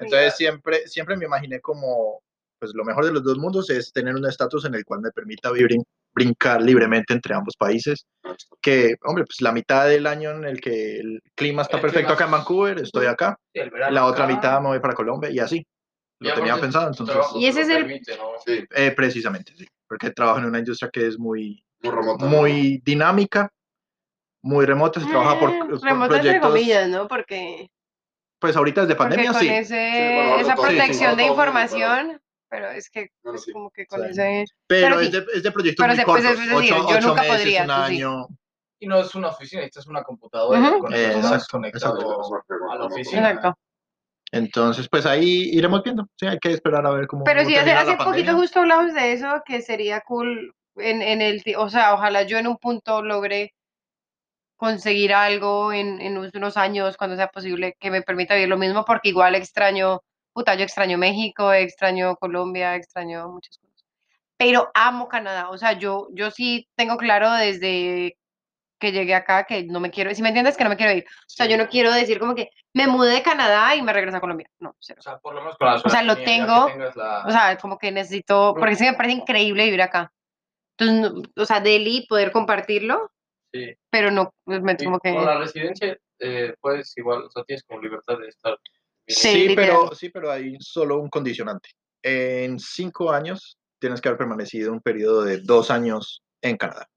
S4: Entonces siempre, siempre me imaginé como, pues lo mejor de los dos mundos es tener un estatus en el cual me permita vivir, brincar libremente entre ambos países. Que, hombre, pues la mitad del año en el que el clima está
S1: El
S4: perfecto
S1: clima.
S4: acá en Vancouver, estoy acá.
S1: El verano
S4: La otra
S1: acá.
S4: mitad me voy para Colombia y así. Lo
S2: Y
S4: tenía
S2: aparte,
S4: pensado,
S2: tu
S4: entonces.
S2: trabajo
S3: Y
S2: te
S3: ese
S2: lo
S3: es el-
S2: permite, ¿no?
S5: Sí,
S4: Eh, precisamente, sí. Porque trabajo en una industria que es muy,
S5: muy remoto.
S4: muy dinámica, muy remota. Se trabaja por,
S3: Mm,
S4: por
S3: remoto entre
S4: proyectos.
S3: comillas, ¿no? Porque,
S4: Pues ahorita desde
S3: porque
S4: pandemia,
S3: con este,
S4: sí.
S3: ese,
S5: bueno, ahora
S3: esa
S5: todo-
S4: sí,
S3: protección
S5: ahora
S3: de
S5: todo el mundo,
S3: información, pero es que
S5: Bueno,
S3: pues,
S5: sí.
S3: como que con
S4: Sí.
S3: ese...
S4: Pero,
S3: pero
S4: es,
S3: sí.
S4: de, es de proyectos
S3: Pero
S4: muy
S3: se- pues,
S4: cortos.
S3: es decir,
S4: ocho
S3: yo
S4: ocho
S3: nunca
S4: meses,
S3: podría,
S4: un
S3: tú sí.
S4: año.
S1: Y no es una oficina, esta es una computadora
S3: Ujú.
S1: con eso estás
S4: Exacto,
S1: conectado a la oficina.
S3: Exacto.
S4: Entonces, pues ahí iremos viendo. Sí, hay que esperar a ver cómo.
S3: Pero
S4: cómo
S3: sí, hace,
S4: termina la
S3: hace poquito
S4: pandemia.
S3: justo hablamos de eso, que sería cool en, en el, ti- o sea, ojalá yo en un punto logre conseguir algo en, en unos- unos años, cuando sea posible, que me permita vivir lo mismo, porque igual extraño, puta, yo extraño México, extraño Colombia, extraño muchas cosas. Pero amo Canadá, o sea, yo, yo sí tengo claro desde que llegué acá que no me quiero, si me entiendes, que no me quiero ir. O sea, yo no quiero decir como que me mudé de Canadá y me regreso a Colombia, no, cero.
S1: O sea, por lo menos con la
S3: sea, lo
S1: ciudadanía, ya
S3: tengo.
S1: que tengas la-
S3: O sea, como que necesito, porque sí me parece increíble vivir acá. Entonces, no- o sea, Delhi, poder compartirlo,
S2: Sí.
S3: pero no, pues, me-
S2: Sí,
S3: como que...
S2: Con la residencia, eh, puedes igual, o sea, tienes como libertad de estar.
S3: Sí,
S4: Sí, pero,
S3: literal.
S4: sí, pero hay solo un condicionante. En cinco años tienes que haber permanecido un periodo de dos años en Canadá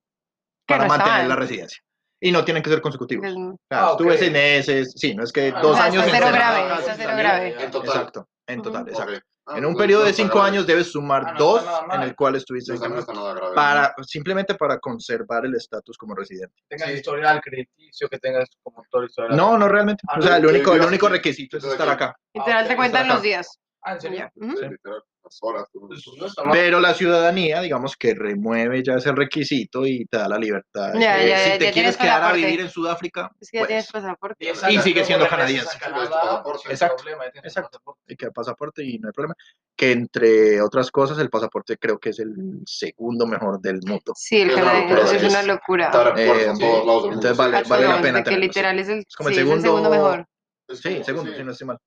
S3: Que
S4: para
S3: no está
S4: mantener la
S3: mal.
S4: residencia. Y no tienen que ser consecutivos.
S3: pues,
S4: Claro,
S1: Ah,
S4: tú ves
S1: ok.
S4: en ese, sí, no es que
S1: Ah,
S4: dos
S1: o sea,
S4: años
S1: está
S4: en
S1: cero
S4: Canadá,
S1: grave,
S4: ah,
S1: está
S4: sí,
S1: cero
S4: también.
S1: grave.
S2: En total.
S4: Exacto, en total,
S3: Ujú.
S4: exacto.
S5: Ok. Ah,
S4: En un
S5: pues,
S4: periodo
S5: no
S4: de
S5: está
S4: cinco
S5: grave.
S4: años debes sumar
S1: Ah, no está
S4: dos
S1: nada mal.
S4: en el cual estuviste
S5: No
S4: en
S5: está, no
S4: Canadá.
S5: está nada grave.
S4: Para, simplemente para conservar el estatus como residente.
S1: tengas historial crediticio, que tengas como todo el historial.
S4: No, no realmente.
S1: Ah,
S4: O sea, el
S5: no, que
S4: único, el
S5: vivas
S4: único
S5: aquí,
S4: requisito Ah, es
S5: que estés
S4: estar
S5: aquí.
S4: acá.
S3: Literal,
S1: ok,
S3: te
S1: está
S3: cuentan
S4: acá.
S3: los días.
S1: Ah, ¿en serio?
S3: Ya, ujú.
S5: Sí, literal. tantas horas. ¿no?
S2: Pues, no está mal.
S4: Pero la ciudadanía, digamos que remueve ya ese requisito y te da la libertad. de
S3: Ya, ya,
S4: que
S3: ya,
S4: si te
S3: ya
S4: quieres
S3: tienes
S4: quedar a
S3: pasaporte.
S4: vivir en Sudáfrica,
S3: Es que ya tienes
S4: pues,
S3: pasaporte.
S2: Diez
S4: Y
S2: años,
S4: sigue
S2: luego
S4: siendo
S2: regresas a
S5: canadiense.
S2: Canadá, pues, no hay
S4: Exacto.
S2: problema, ya tienes
S4: Exacto.
S2: pasaporte.
S4: y que pasaporte y no hay problema. Que entre otras cosas, el pasaporte creo que es el segundo mejor del mundo.
S3: Sí, el
S5: Es una
S3: canadiense
S5: locura,
S3: es
S5: es-
S3: una locura.
S5: Está de acuerdo
S4: Eh,
S5: en todos lados del mundo.
S4: entonces vale- vale la
S3: Absolutamente,
S4: pena
S3: que
S4: tenerlo,
S3: literal es el,
S4: Es como el
S3: sí, es el segundo mejor.
S5: Es
S4: Sí,
S5: como-
S4: segundo,
S5: sí.
S4: si no estoy mal.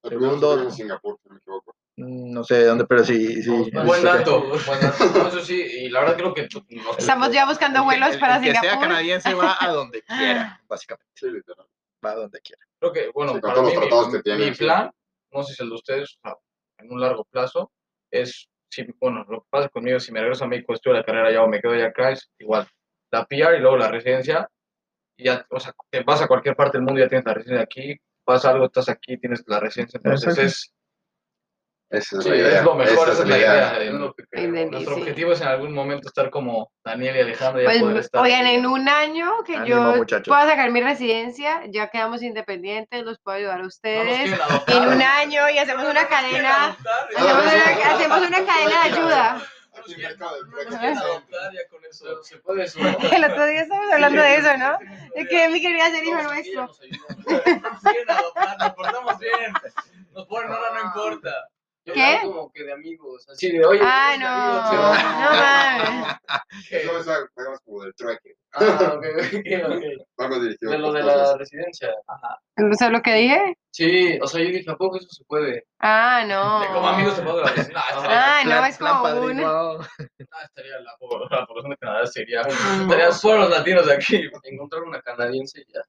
S5: El primero
S4: Segundo.
S5: estuvo en Singapur, si no me equivoco.
S4: Mm, No sé de dónde, pero sí. sí
S2: Vamos,
S4: es
S1: Buen
S4: que-
S1: dato, buen dato. No, Eso sí, y la verdad creo que... pues, no sé.
S3: Estamos ya
S4: el
S3: buscando
S4: que-
S3: vuelos
S4: el-
S3: para
S4: el Que sea
S3: Singapur.
S4: canadiense va a donde quiera, básicamente.
S5: Sí, literal.
S4: Va a donde quiera.
S1: Creo que, bueno,
S5: Sí, con
S1: para
S5: todos
S1: mí
S5: los tratados que
S1: mi,
S5: tienen,
S1: mi
S5: sí.
S1: plan, no sé si el de ustedes, o sea, en un largo plazo, es, si, bueno, lo que pasa conmigo, si me regreso a México, estudio la carrera ya o me quedo ya acá, es igual. La PR y luego la residencia, y ya, o sea, te vas a cualquier parte del mundo y ya tienes la residencia aquí, pasa algo, estás aquí, tienes la residencia, entonces
S4: Exacto.
S1: es,
S5: Esa es
S1: sí,
S5: la idea.
S1: es lo mejor,
S5: Esa es la idea.
S1: es lo que queremos.
S3: Ideal,
S1: eh, Nuestro
S3: sí.
S1: objetivo es en algún momento estar como Daniel y Alejandro, ya poder
S3: Pues,
S1: estar.
S3: oigan, en un año que
S4: Ánimo,
S3: yo
S4: muchachos.
S3: pueda sacar mi residencia, ya quedamos independientes, los puedo ayudar a
S1: No nos
S3: ustedes.
S1: quieren adoptar.
S3: En un año y hacemos una cadena, hacemos una, hacemos una cadena de ayuda.
S5: Aquí en Mercado del
S1: No nos
S5: Flex,
S1: quieren
S5: sí.
S1: adoptar, ya con eso se puede eso.
S3: El otro día estábamos hablando de eso, ¿no? De que Emi quería ser hijo nuestro.
S1: Nos quieren adoptar, nos portamos bien. Nos ponen ahora, no importa.
S2: Yo
S3: ¿Qué?
S2: hago Como que de amigos, así de, oye,
S3: Ah,
S2: ¿tienes amigos?
S3: no, no mames.
S5: Eso es algo como del trueque.
S2: Ah, ok, ok, ok.
S5: Algo dirigido
S2: De lo
S5: por
S2: de
S5: cosas.
S2: la residencia.
S3: ¿No sabes lo que dije?
S2: Sí, o sea, yo dije, ¿a poco eso se puede?
S3: Ah,
S1: De como amigos se
S3: no.
S1: puede hablar. No, estaría,
S3: Ah, no,
S4: Plan-
S3: es
S4: plan
S3: como
S4: padrino.
S3: un...
S1: no, estaría la, po- la población de Canadá sería. Estarían solo los latinos de aquí.
S2: Encontrar una canadiense y ya.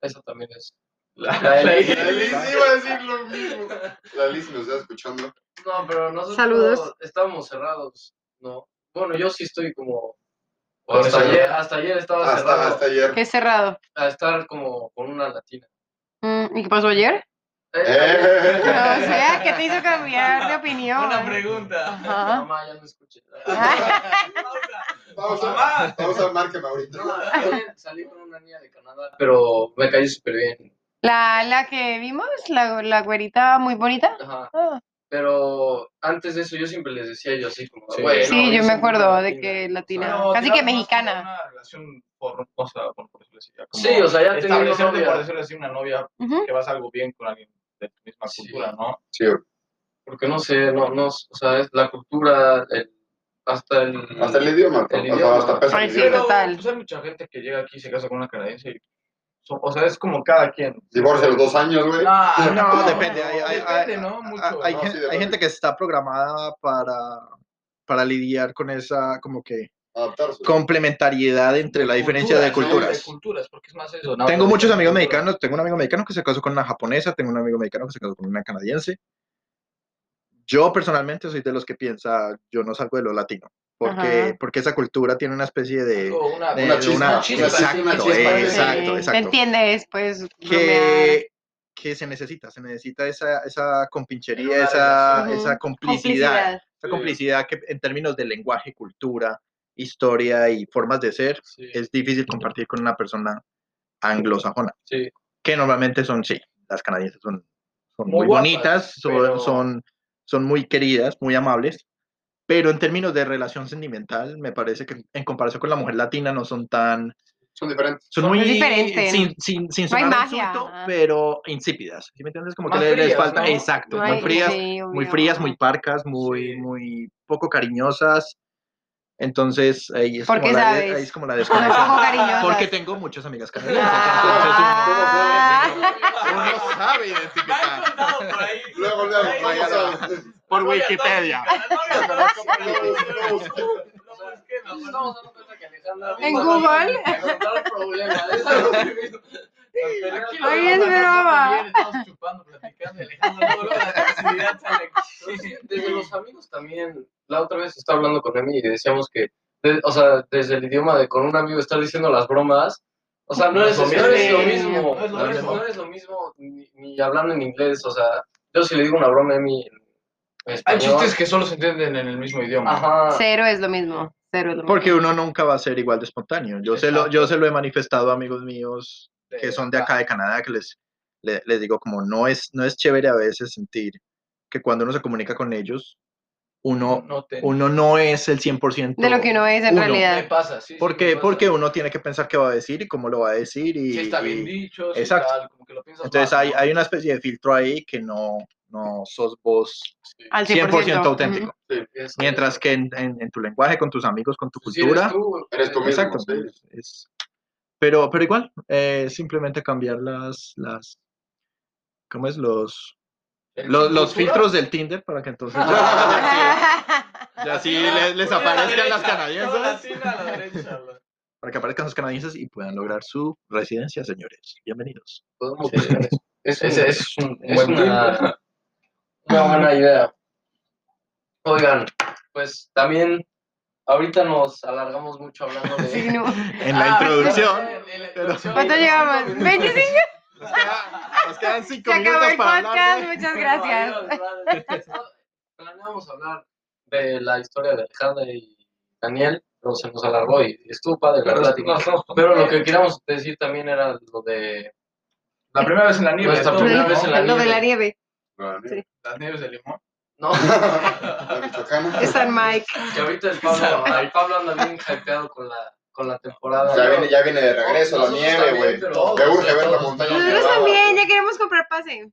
S2: Eso también es.
S1: La,
S2: La élite.
S5: La Liz iba a decir lo mismo. La Liz nos está escuchando.
S2: No, pero nosotros
S3: Saludos.
S2: estábamos cerrados, ¿no? Bueno, yo sí estoy como...
S1: Por
S2: Hasta
S1: eso-
S2: ayer, hasta ayer estaba
S5: Hasta,
S2: cerrado
S5: hasta ayer.
S3: Que es cerrado.
S2: a estar como con una latina.
S3: Mm, ¿Y qué pasó ayer?
S2: Eh,
S5: Eh.
S3: No sé, ¿qué te hizo cambiar de opinión?
S1: Buena pregunta.
S3: Ajá.
S2: Mamá, ya no escuché.
S3: Ah.
S5: Pausa.
S1: Mamá.
S5: Pausa, márqueme ahorita.
S2: No, ayer salí con una niña de Canadá, pero me cayó súper bien.
S3: La, la que vimos, la, la güerita muy bonita.
S2: Ajá.
S3: Ah.
S2: Pero antes de eso yo siempre les decía yo así como...
S1: Sí.
S2: "Güey, no,
S3: Sí, yo
S2: soy
S3: me
S2: una
S3: acuerdo de
S2: latina".
S3: que latina,
S1: No,
S3: casi
S1: tirando
S3: que
S1: más
S3: mexicana.
S1: como Una relación por, o sea, por, por decirlo así, ya como
S2: Sí, o sea, ya tenía una
S1: establecerte,
S2: novia.
S1: por decirlo así, una novia
S3: Ujú.
S1: que vas algo bien con alguien de tu misma
S2: Sí.
S1: cultura, ¿no?
S5: Sí,
S2: Porque no sé, no, no, o sea, es la cultura, el- hasta el...
S5: hasta el idioma.
S2: El
S5: o sea,
S2: idioma.
S5: hasta pesa
S3: Ay,
S5: el
S3: sí,
S5: idioma.
S3: total.
S1: Pues hay mucha gente que llega aquí y se casa con una canadiense y son- o sea, es como cada quien.
S5: Divorcio a los dos años, güey.
S1: Ah,
S4: No, depende. Hay, hay-
S1: depende,
S4: hay-
S1: ¿no? Mucho.
S4: Ah, hay,
S5: No,
S4: gen-
S5: sí,
S4: hay
S5: depende.
S4: gente que está programada para, para lidiar con esa como que
S5: Adaptarse.
S4: complementariedad entre la diferencia de
S1: Culturas, ¿no?
S4: culturas.
S1: De culturas, porque es más eso. ¿no?
S4: Tengo muchos amigos
S1: Cultura.
S4: mexicanos, tengo un amigo mexicano que se casó con una japonesa, tengo un amigo mexicano que se casó con una canadiense. Yo personalmente soy de los que piensa, yo no salgo de lo latino, porque,
S3: Ajá.
S4: porque esa cultura tiene una especie de...
S1: Tengo Ah, una,
S4: de-
S5: una
S4: de
S5: chispa, una chispa,
S4: exacto,
S5: una chispa,
S4: exacto,
S3: Sí, ¿Te
S4: exacto.
S3: entiendes? Eh, Pues, bromear.
S4: Que, que se necesita, se necesita esa, esa
S1: En
S4: compinchería,
S1: una
S4: esa,
S3: relación.
S4: esa
S3: Ujú.
S4: complicidad,
S3: complicidad.
S4: esa complicidad que en términos de lenguaje, cultura, historia y formas de ser,
S2: Sí.
S4: es difícil compartir con una persona anglosajona.
S2: Sí.
S4: Que normalmente son, sí, las canadienses son, son
S1: Muy
S4: muy,
S1: guapas,
S4: bonitas, son,
S1: pero-
S4: son, son muy queridas, muy amables, pero en términos de relación sentimental, me parece que en comparación con la mujer latina no son tan...
S5: Son diferentes.
S4: Son
S3: Son
S4: muy...
S3: muy diferentes.
S4: Sin, sin, sin
S3: No hay
S4: sonar
S3: magia,
S4: insulto,
S3: ajá.
S4: pero insípidas. ¿Sí me entiendes? Como
S2: Más
S4: que le- les
S2: frías,
S4: falta...
S2: ¿no?
S4: Exacto,
S2: No
S4: muy
S2: hay-
S4: frías,
S3: sí,
S4: muy
S3: obvio.
S4: frías, muy parcas, muy,
S1: Sí.
S4: muy poco cariñosas. Entonces, ahí es,
S3: ¿Por
S4: como
S3: qué
S4: la, de-
S3: sabes?
S4: ahí es como la
S3: Son
S4: desconexión.
S3: poco Ah. cariñosas.
S4: Porque tengo muchas amigas canadienses.
S3: Ah.
S4: entonces uno, uno sabe
S1: Me han
S4: identificar
S1: contado por ahí.
S5: Luego, luego,
S1: Ay,
S5: ¿cómo
S4: ya
S5: sabes?
S4: por
S1: Novia
S4: Wikipedia.
S1: tóxica, novia tóxica, no busqué, no busqué, no busqué.
S2: Estamos dando cuenta que Alejandra...
S3: ¿En Google?
S2: Encontrar problemas, eso es lo que vino. Las
S1: Aquí
S2: peleas-
S1: lo
S3: Oye,
S1: vemos
S3: es
S1: hablando
S3: broma.
S1: bien, estamos chupando, platicando, Alejandro, luego, luego la toxicidad sale aquí.
S2: Desde los amigos también, la otra vez estaba hablando con Emi y decíamos que, de- o sea, desde el idioma de con un amigo estar diciendo las bromas, o sea, no,
S1: No
S2: es,
S1: es lo
S2: no
S1: mismo.
S2: es lo
S3: Sí.
S2: mismo,
S1: No es lo
S2: no es-
S1: mismo.
S2: no es lo mismo ni, ni hablando en inglés, o sea, yo si le digo una broma a Emi en
S1: Hay
S2: español,
S1: chistes que solo se entienden en el mismo idioma.
S2: ajá,
S3: Cero es lo mismo. Cero es lo mismo.
S4: Porque uno nunca va a ser igual de espontáneo. Yo se, lo, yo se lo he manifestado a amigos míos que son de acá de Canadá, que les, le- les, digo como no es, no es chévere a veces sentir que cuando uno se comunica con ellos, uno,
S1: no te-
S4: uno no es el 100%.
S3: de lo que uno es en
S4: Uno. eh,
S1: me
S3: realidad.
S1: pasa, sí, sí,
S4: ¿Por
S1: me
S4: qué?
S1: pasa.
S4: Porque uno tiene que pensar qué va a decir y cómo lo va a decir. Y,
S1: Si está bien
S4: y-
S1: dicho, si
S4: Exacto.
S1: tal, como que lo piensas
S4: entonces
S1: más,
S4: hay,
S1: ¿no?
S4: hay una especie de filtro ahí que no, no sos vos
S1: Sí.
S3: Al 100%,
S4: 100%, auténtico.
S2: Es-
S4: Mientras que en, en- en tu lenguaje, con tus amigos, con tu
S2: si eres
S4: cultura.
S2: tú,
S5: Eres tú mismo.
S4: Exacto.
S5: sí.
S4: es- es- pero, pero igual, eh, simplemente cambiar las, las. ¿Cómo es? Los,
S1: El
S4: los,
S1: sin
S4: los
S1: cultura,
S4: filtros del Tinder para que entonces. Ya así
S1: latina,
S4: les, les
S1: una a la
S4: aparezcan
S1: derecha,
S4: las
S1: no,
S4: canadienses.
S1: latina a la derecha, la-
S4: Para que aparezcan los canadienses y puedan lograr su residencia, señores. Bienvenidos.
S2: podemos
S1: Sí.
S2: buscar eso. Es,
S1: Ese-
S2: un-
S1: ese es un
S2: es
S1: buen tip.
S2: una, una buena idea. Oigan, pues también ahorita nos alargamos mucho hablando de...
S3: Sí, no.
S4: En la
S1: Ah,
S4: introducción.
S1: en- en la
S4: pero-
S1: introducción.
S3: ¿Cuánto llevamos?
S1: Cinco minutos.
S3: ¿25?
S4: Nos, queda- nos quedan cinco
S3: Se acabó
S4: minutos
S3: el
S4: para hablar
S3: podcast,
S4: de-
S3: muchas
S2: Bueno,
S3: gracias.
S2: adiós, gracias. Planeábamos hablar de la historia de Alejandra y Daniel, pero se nos alargó y estuvo padre la
S1: Pero las-
S2: plática.
S1: nos estamos
S2: Pero lo
S1: contando.
S2: que queríamos decir también era lo de
S1: La primera vez en la nieve.
S2: Nuestra
S1: todo,
S2: primera
S1: ¿no?
S2: vez en la
S3: Lo de la
S2: nieve.
S3: nieve.
S5: La nieve.
S1: Las nieves de limón.
S2: no,
S5: La michoacana.
S3: San Mike.
S2: que ahorita el Pablo,
S1: Esa-
S2: el Pablo anda bien hypeado con la, con la temporada.
S5: Ya viene, ya viene de regreso la
S2: Nosotros
S5: nieve,
S2: también,
S5: güey.
S2: pero-
S5: Me urge ver la montaña.
S3: Nosotros
S5: nevada,
S3: también, eh.
S5: güey.
S3: ya queremos comprar pase.
S1: ¿En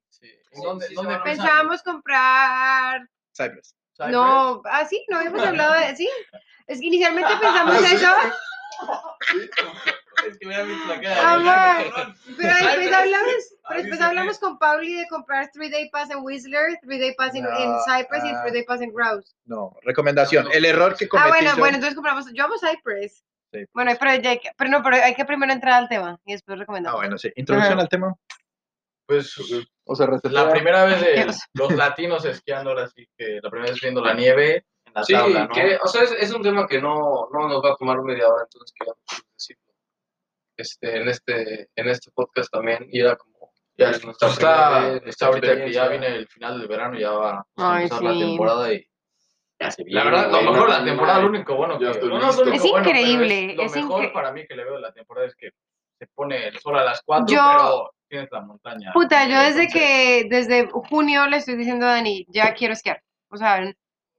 S1: ¿Dónde,
S2: Sí,
S1: dónde
S2: sí,
S1: empezaron?
S3: Pensábamos comprar.
S4: Cypress.
S1: Cypress.
S3: No, ah, sí, no habíamos hablado de. Sí, es que inicialmente pensamos
S4: Ah,
S3: eso,
S1: Es que mira mi placa.
S3: Amor. pero después
S1: Cypress.
S3: hablamos.
S1: Ah,
S3: Pero después
S1: dice
S3: hablamos con Pauli de comprar 3-day pass en Whistler, 3-day pass en, en
S4: No,
S3: Cypress y
S4: ah.
S3: 3-day pass en Grouse.
S4: No, recomendación. El error que cometí
S3: Ah, bueno,
S4: yo-
S3: bueno, entonces compramos. Yo amo Cypress.
S4: Sí.
S3: Bueno, pero, ya hay que, pero no, pero hay que primero entrar al tema y después
S4: Ah,
S3: recomendamos.
S4: bueno, sí. Introducción al tema.
S1: Pues
S4: O sea, receta-
S1: la primera vez de
S3: Dios.
S1: los latinos esquiando, ahora sí que la primera vez viendo la nieve en la
S2: Sí,
S1: tabla, ¿no?
S2: que, o sea, es, es un tema que no, no nos va a tomar media hora, entonces queríamos decirlo este, en, este, en este podcast también. Y era como.
S1: Ya,
S2: es
S1: está,
S2: nuestra primera vez,
S1: está ahorita que ya
S2: experiencia.
S1: viene el final del verano, ya va a
S3: Ay,
S1: empezar
S3: sí.
S1: la temporada y la
S5: viene,
S1: verdad,
S5: güey,
S1: lo
S5: no,
S1: mejor
S5: no,
S1: la temporada,
S5: no,
S1: lo único bueno que
S5: ya estoy
S1: no, no, es
S5: listo.
S1: lo único
S3: Es
S1: bueno, pero
S3: increíble,
S1: lo
S3: es
S1: mejor
S3: incre-
S1: para mí que le veo de la temporada es que se pone el sol a las 4,
S3: Yo-
S1: pero tienes la montaña.
S3: Puta, yo desde
S1: Entonces,
S3: que, desde junio le estoy diciendo a Dani, ya quiero esquiar. O sea,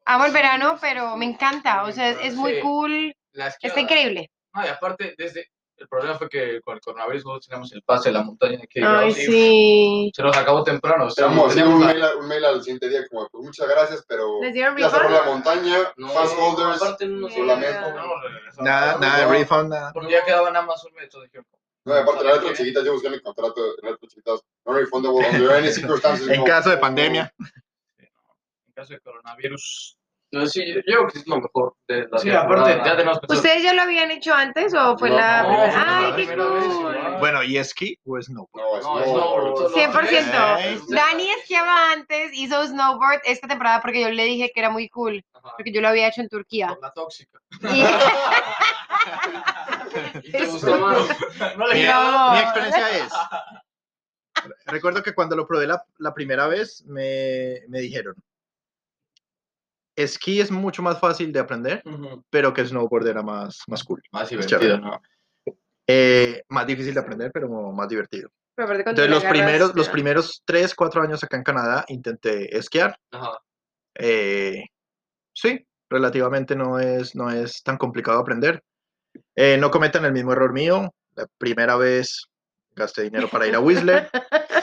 S3: amo el verano, pero me encanta. O sea, es, es muy
S1: Sí.
S3: cool,
S1: la
S3: está
S1: esquiada-
S3: increíble.
S1: No, y aparte, desde el problema fue que con el coronavirus nosotros teníamos el pase de la montaña aquí. de Grouse y
S3: sí.
S1: Se nos acabó temprano. o sea,
S5: Teníamos
S1: teníamos
S5: un,
S1: la-
S5: mail, a- un mail al siguiente día como, pues muchas gracias, pero
S3: ¿Les dieron
S5: ya cerró
S3: refund?
S5: la montaña,
S2: No,
S5: fast holders,
S2: aparte no nos
S5: Con la
S2: olvidamos.
S5: mesa.
S1: no, regresamos.
S4: Nada, nada de
S5: No.
S4: refund, nada.
S1: Porque ya quedaba nada más un mes, entonces dijeron,
S5: no, aparte las letras chiquitas, yo busqué mi contrato, las letras chiquitas, no refundable under any circumstances.
S4: En
S5: como-
S4: caso de pandemia.
S1: en caso de coronavirus.
S2: No, sí, yo, yo creo que es lo mejor de la
S1: Sí, aparte, ya
S2: temporada.
S1: tenemos pensado.
S3: ¿Ustedes ya lo habían hecho antes o fue
S5: No,
S3: la
S5: no,
S3: primera?
S5: fue la
S3: ¡Ay, qué
S5: primera vez,
S3: cool!
S1: igual.
S4: Bueno, ¿y pues, esquí o snowboard?
S5: pues, No, es
S2: No,
S5: no,
S2: es no, solo-
S3: 100%.
S4: Eh,
S3: Dani esquiaba antes, hizo snowboard esta temporada porque yo le dije que era muy cool,
S1: Ajá,
S3: porque yo lo había hecho en Turquía.
S1: Por la tóxica.
S3: Y-
S1: ¿Y te
S3: Es-
S1: gustó más? No le
S4: Mira,
S1: quedaba.
S3: No.
S4: Mi experiencia es. Recuerdo que cuando lo probé la, la primera vez, me, me dijeron: esquí es mucho más fácil de aprender,
S1: Ujú.
S4: pero que snowboard era más, más cool.
S1: Más
S4: chévere.
S1: divertido, ¿no?
S4: Eh, más difícil de aprender, pero más divertido.
S3: Pero aparte cuando
S4: Entonces,
S3: le
S4: los
S3: agarras,
S4: primeros, los
S3: ya.
S4: primeros 3, 4 años acá en Canadá intenté esquiar.
S2: Ajá.
S4: Eh, sí, relativamente no es, no es tan complicado aprender. Eh, no cometan el mismo error mío. La primera vez gasté dinero para ir a Whistler.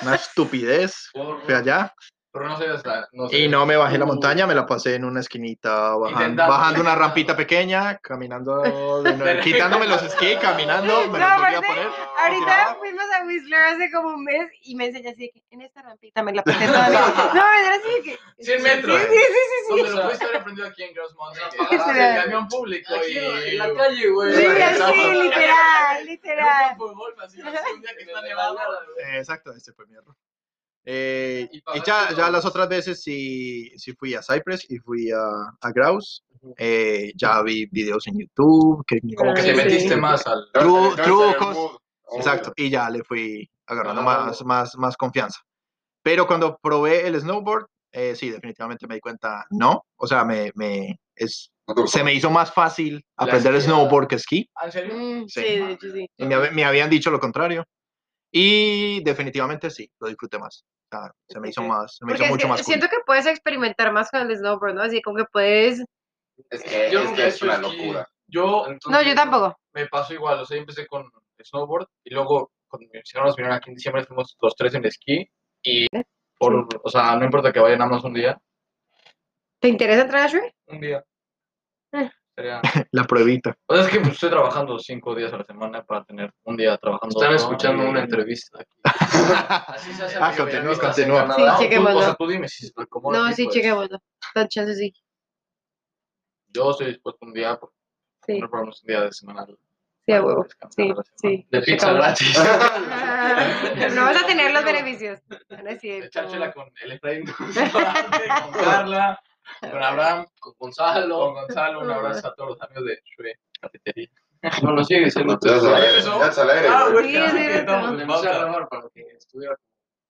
S4: Una estupidez.
S1: Por-
S4: Fui allá
S1: Pero no sé hasta. No sé.
S4: y no me bajé la
S1: Uh.
S4: montaña, me la pasé en una esquinita, bajan-
S1: Intentando,
S4: bajando una
S1: intentando.
S4: rampita pequeña, caminando, de nuevo, quitándome los esquí, caminando,
S3: No,
S4: me los volví a
S3: aparte,
S4: poner.
S3: Ahorita
S4: Continuaba.
S3: fuimos a Whistler hace como un mes y me enseñó así de que en esta rampita me la pasé toda. mi- No, me era así de que.
S1: 100 metros.
S3: Sí, sí, sí, sí. sí.
S1: ¿Dónde lo pudiste haber aprendido aquí en Gross Mountain?
S2: Sí,
S1: Ah,
S3: sí.
S1: en el camión público.
S2: Aquí
S1: y-
S2: en la calle, güey.
S3: Sí,
S1: Regresamos.
S3: así, literal,
S1: En un
S3: literal.
S1: campo de pues, golf, así, así, un día que
S2: Este,
S1: está nevado.
S4: Eh, Exacto, ese fue mi error. Eh,
S2: Y
S4: y
S2: pagaste
S4: ya, ya
S2: los-
S4: las otras veces sí, sí fui a Cypress y fui a, a Grouse. Eh, ya vi videos en YouTube, que como
S3: Ah,
S1: Que
S4: que
S1: te
S3: Sí.
S1: metiste más al.
S4: Tru-
S5: Debe ser- debe ser
S4: trucos.
S5: un mood. Oh,
S4: Exacto, y ya le fui agarrando
S1: Ah.
S4: más, más, más confianza. Pero cuando probé el snowboard, eh, sí, definitivamente me di cuenta, no, o sea, me, me, es,
S5: no te gustó.
S4: se me hizo más fácil aprender
S1: esquiada.
S4: snowboard que esquí.
S1: ¿En serio?
S3: Mm,
S4: Sí.
S3: Sí, de hecho, sí.
S4: Y me, hab- me habían dicho lo contrario. Y definitivamente sí, lo disfruté más. Claro, se me hizo
S3: Ok.
S4: más, se me
S3: Porque
S4: hizo mucho
S3: si-
S4: más cool.
S3: siento que puedes experimentar más con el snowboard, ¿no? Así como que puedes...
S5: Es que,
S1: Yo
S5: es,
S1: nunca
S5: que este
S1: he
S5: es
S1: hecho
S5: una
S1: esquí.
S5: locura.
S1: Yo
S3: No, yo tampoco.
S1: me pasó igual, o sea, yo empecé con snowboard y luego cuando mis hermanos vinieron aquí en diciembre fuimos los tres en esquí y por, o sea, no importa que vaya nada más un día,
S3: ¿Te interesa entrar a Shrek?
S1: un día.
S3: Eh.
S1: Sería-
S4: La pruebita.
S1: O sea, es que pues, estoy trabajando cinco días a la semana para tener un día trabajando.
S2: Están
S1: otro,
S2: escuchando
S1: y-
S2: una entrevista.
S1: Así se hace
S4: Ah,
S1: la mayoría de
S4: continúa,
S1: entrevistas
S4: continúa.
S1: en Canadá.
S3: Sí,
S1: O tú- O
S3: chequémoslo.
S1: sea, tú dime si se acomoda
S3: No,
S1: aquí,
S3: sí,
S1: pues,
S3: chequemos. Tal chance sí.
S1: Yo estoy dispuesto un día, por
S3: Sí,
S1: no probamos un día de semana.
S3: sí, a huevo.
S1: descansar
S3: Sí,
S1: la semana.
S3: sí.
S2: De pizza gratis.
S3: Pero no vas a tener los beneficios. No es
S1: De
S3: cierto.
S1: echárchela con el Efraín, con Carla, con Abraham,
S2: Con
S1: con
S2: Gonzalo.
S1: Gonzalo. Un abrazo a todos los amigos de Shue Cafetería.
S2: No lo sigues.
S1: ¿eh?
S5: Ya
S2: No
S5: está al aire,
S1: ¿Eso?
S5: ya está al aire,
S1: Ah,
S5: güey.
S1: bueno,
S3: Sí,
S1: ya,
S3: sí,
S1: ok,
S3: sí,
S1: estamos
S2: Me
S1: en
S2: empecé a
S1: pausa.
S2: grabar para que estuviera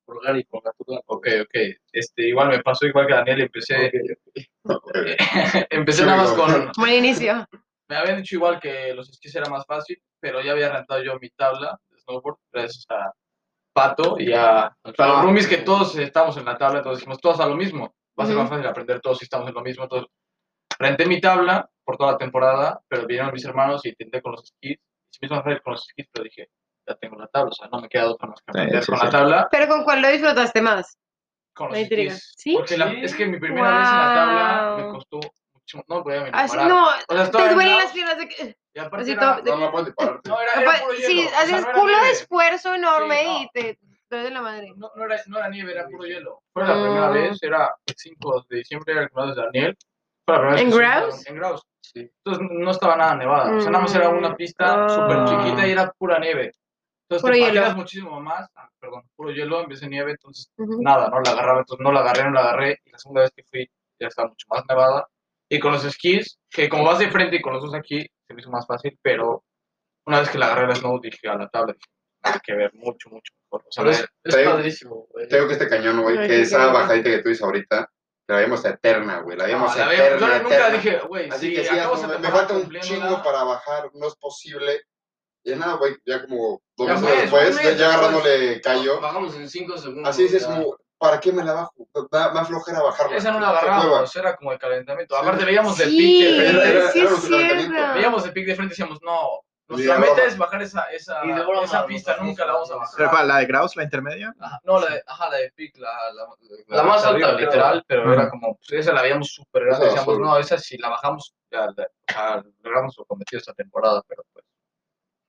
S2: orgánico, natural.
S1: Ok, ok. Este, igual me pasó igual que a Daniel, empecé, empecé nada más con,
S3: Buen inicio.
S1: me habían dicho igual que los esquís era más fácil, pero ya había arrancado yo mi tabla de snowboard gracias a Pato y a, a
S4: Ah.
S2: Ah.
S1: los roomies que todos estamos en la tabla, entonces dijimos todos a lo mismo. Va a ser
S3: Ujú.
S1: más fácil aprender todos si estamos en lo mismo. Entonces, renté mi tabla por toda la temporada, pero vinieron mis hermanos y intenté con los esquís. Es mismo fácil con los esquís, pero dije, ya tengo la tabla, o sea, no me queda otra más que
S4: Sí,
S1: aprender
S4: sí,
S1: con
S4: sí.
S1: la tabla,
S3: Pero ¿con cuál lo disfrutaste más?
S1: con los
S3: Me intriga.
S1: esquís.
S3: ¿Sí?
S1: Porque la- es que mi primera vez en la tabla me costó mucho, no podía ni
S3: Así,
S1: parar.
S3: Ah, no,
S1: O sea, estaba
S3: te
S1: en
S3: duelen
S1: la-
S3: Pues, las piernas. De que-
S1: y aparte
S3: así
S1: era-
S3: todo-
S5: No, no puedes ni pararte.
S1: No, era, era puro hielo.
S3: sí,
S1: o sea,
S3: haces
S1: no era
S3: culo de
S1: nieve.
S3: esfuerzo enorme
S1: Sí, no.
S3: y te duele la madre.
S1: No, no era, no era nieve, era puro hielo. Fue la primera
S3: Ah.
S1: vez, era el 5 de diciembre, era el cumpleaños de Daniel. Fue la primera vez
S3: ¿En
S1: que subí
S3: Graus?
S1: En Graus.
S2: Sí.
S1: Entonces no estaba nada nevada. O sea, nada más era una pista
S3: Ah.
S1: súper chiquita y era pura nieve. Entonces
S3: Puro
S1: te
S3: hielo.
S1: patinas muchísimo más. Ah, perdón, puro hielo en vez de nieve. Entonces
S3: Ujú.
S1: nada, no la agarraba. Entonces no la agarré, no la agarré. Y la segunda vez que fui ya estaba mucho más nevada. Y con los esquís, que como vas de frente y con los dos aquí, se me hizo más fácil. Pero una vez que la agarré la snow, dije a la tabla, dije, nada que ver, mucho, mucho mejor. O sea,
S2: Pero es, es
S5: Te-
S2: padrísimo, güey.
S5: Tengo que este cañón, güey,
S3: Ay,
S5: que
S3: qué
S5: esa
S3: cañón.
S5: bajadita que tú dices ahorita, la vemos eterna, güey. La vemos
S1: No, la
S5: eterna.
S1: veo. Yo nunca
S5: eterna.
S1: dije, güey,
S5: Así
S1: si
S5: que sí,
S1: acabo
S5: hazme- me,
S1: esa
S5: me
S1: temporada
S5: falta un
S1: cumpliendo
S5: chingo
S1: nada,
S5: para bajar, no es posible. Y nada, güey, ya como dos
S1: Ya
S5: meses
S1: fue,
S5: después,
S1: fue un mes
S5: ya agarrándole
S1: después.
S5: cayó.
S2: Bajamos en 5 segundos.
S5: Así dices,
S2: ya.
S5: como, ¿para qué me la bajo? Da, más flojera bajarla.
S1: Esa no la
S5: Qué hueva.
S1: agarrábamos, era como el calentamiento.
S5: Sí.
S1: Aparte, veíamos de pic de
S3: Sí,
S5: Pero
S1: frente.
S5: era-
S3: sí
S5: era
S3: es
S5: un calentamiento.
S3: cierto.
S1: Veíamos de pic de frente y decíamos, no,
S5: Sí,
S1: nuestra
S5: de
S1: meta
S5: broma.
S1: es bajar esa, esa,
S2: Y de broma,
S1: esa
S2: ¿no?
S1: pista, nunca la vamos a
S4: Pero,
S1: bajar.
S4: ¿cuál? ¿La de Graus, la intermedia?
S1: Ajá, No, la de, ajá, la de pic, la, la,
S2: La más alta,
S1: arriba,
S2: creo.
S1: literal, pero
S4: Ajá.
S1: era como, pues, esa la veíamos súper grande.
S5: Esa
S1: Decíamos,
S5: azul.
S1: no, esa si la bajamos, ya, la- o sea, logramos lo cometido esta temporada, pero pues.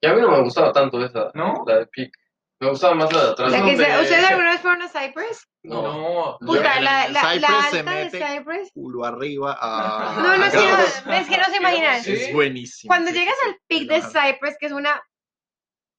S2: Y a mí no me gustaba tanto esa,
S1: ¿No?
S2: la de Pic. Me gustaba más la de atrás.
S3: La que
S2: donde-
S3: se- ¿Ustedes alguna vez fueron a Cypress?
S2: No.
S1: no.
S3: Puta,
S5: Yo-
S3: la, la, la
S4: Cypress
S3: alta
S4: se
S3: de
S4: mete.
S3: Cypress.
S4: Culo arriba a.
S3: No, no,
S4: a
S3: sí,
S4: Graus.
S3: no, es que no se imaginan.
S1: Sí.
S4: Es buenísimo.
S3: Cuando
S4: sí,
S3: llegas
S4: sí,
S3: al
S4: sí.
S3: pic
S4: Pero,
S3: de
S4: ajá,
S3: Cypress, que es una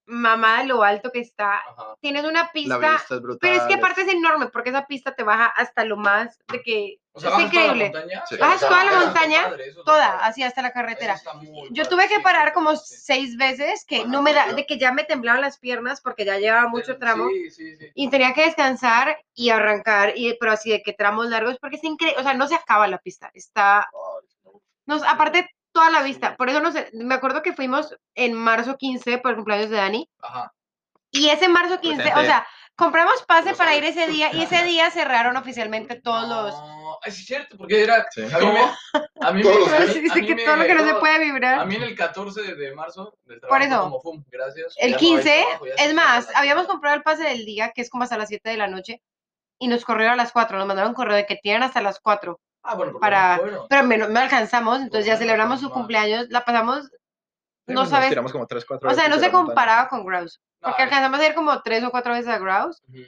S3: mamada lo alto que está,
S1: Ajá.
S3: tienes una
S4: La
S3: pista,
S4: vista es brutal.
S3: pero es que aparte es enorme, porque esa pista te baja hasta lo más de que
S1: O sea,
S3: es
S1: bajas toda la
S3: increíble.
S1: montaña.
S4: Sí.
S3: Bajas toda la
S5: Eso está
S3: montaña,
S1: Padre, eso está
S3: toda,
S1: padre.
S3: así hasta la carretera.
S1: Eso está muy
S3: Yo
S1: padre,
S3: tuve que
S1: sí,
S3: parar
S1: sí,
S3: como
S1: sí.
S3: seis veces, que
S5: Ajá,
S3: no me da,
S5: yo-
S3: de que ya me temblaban las piernas porque ya llevaba mucho tramo.
S1: Sí, sí, sí.
S3: Y tenía que descansar y arrancar, y, pero así de que tramos largos, porque es increíble, o sea, no se acaba la pista, está
S5: Ay, no.
S3: nos, aparte, toda la vista. Por eso no sé. Me acuerdo que fuimos en marzo 15 por el cumpleaños de Dani.
S1: Ajá.
S3: Y ese marzo
S1: Pues
S3: 15, o
S4: Presente.
S3: sea, compramos pase
S5: Los
S3: para ir ese día. Y ese día cerraron oficialmente todos los.
S1: No, es cierto, porque era.
S4: Sí.
S1: A mí me. A mí
S5: Todos
S1: me.
S5: los días.
S1: a mí-
S3: Sí,
S1: a
S3: sí,
S1: mí
S3: que
S1: me-
S3: todo lo que no se
S1: todo-
S3: puede
S1: A
S3: vibrar.
S1: mí en el 14 de marzo del trabajo,
S3: eso.
S1: como fue, gracias. ya
S3: El
S1: no hay
S3: 15,
S1: trabajo, ya
S3: es
S1: se
S3: más,
S1: acaba la
S3: habíamos
S1: vida.
S3: comprado el pase del día, que es como hasta las 7 de la noche. Y nos corrieron a las 4, nos mandaron un correo de que tienen hasta las 4.
S1: Ah, bueno, porque
S3: para-
S1: no fueron.
S3: Pero me, no alcanzamos, entonces ya
S1: menos,
S3: celebramos su
S1: menos mal.
S3: cumpleaños, la pasamos,
S1: pues,
S4: Sí,
S3: no
S4: nos
S3: sabes,
S4: tiramos como tres, cuatro
S3: o sea,
S4: veces
S3: no
S4: de
S3: se
S4: la montaña.
S3: comparaba con Grouse.
S1: No,
S3: Porque
S1: es-
S3: alcanzamos a ir como tres o cuatro veces a Grouse.
S1: Ujú.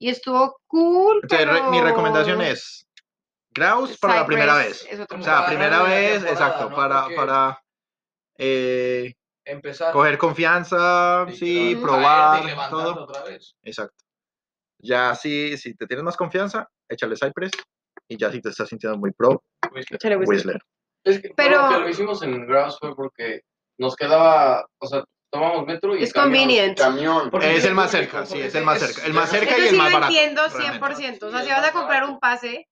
S3: Y estuvo cool.
S4: Entonces, re- mi recomendación
S3: pero
S4: es Graus para la primera
S3: Cypress
S4: vez.
S3: es otro
S4: O
S1: Como
S3: mundo.
S4: sea,
S1: para
S4: primera
S1: darle la
S4: vez,
S1: temporada,
S4: exacto,
S1: ¿no?
S4: para,
S1: Porque-
S4: para eh,
S1: empezar.
S4: coger confianza,
S1: literal,
S4: sí,
S1: caerte y Ah,
S4: probar,
S1: levantarte
S4: todo.
S1: otra vez.
S4: Exacto. Ya si, si te tienes más confianza, échale Cypress. Y ya si te estás sintiendo muy pro,
S1: Fuiste.
S3: Échale, güey.
S4: Whistler.
S2: Es que
S3: Pero-
S2: pero... lo que lo hicimos en Grass fue porque nos quedaba, o sea, tomamos metro y
S3: Es
S2: camión.
S3: convenient.
S5: Camión.
S1: Porque
S4: Es
S1: tiene
S4: el más
S1: público,
S4: cerca, sí,
S1: porque
S4: es el más
S1: es-
S4: cerca. El más
S1: es-
S4: cerca y
S3: Eso
S4: el
S3: sí lo
S4: más barato.
S3: entiendo
S4: realmente.
S3: 100%. O sea,
S2: Sí,
S3: si
S2: es
S3: vas a
S2: más
S3: comprar
S2: barato.
S3: un pase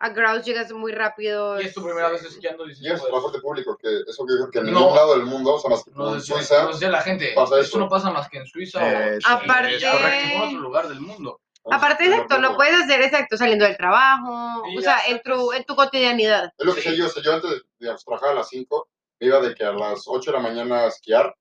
S3: A Grouse llegas muy rápido.
S1: Y es tu primera vez esquiando. dices,
S5: Y es
S1: "Joder".
S5: transporte público, que eso que, que en
S1: pues. No.
S5: ningún lado del mundo, o sea, más que
S1: No
S5: en
S1: sé-
S5: Suiza, pues,
S1: no sé la gente.
S5: pasa
S1: Esto
S5: eso.
S1: no pasa más que en Suiza
S4: Eh,
S1: o
S4: sí.
S3: Aparte-
S1: es correcto, en ningún otro lugar del mundo.
S3: Aparte,
S5: es
S3: exacto, lo puedes hacer exacto saliendo del trabajo,
S1: Sí,
S3: o sea,
S1: ya
S3: en tu,
S1: sacas-
S3: en tu cotidianidad.
S5: Es lo que
S1: Sí.
S5: sé yo, o sea, yo antes, digamos, trabajaba a las 5, me iba de que a las 8 de la mañana a esquiar,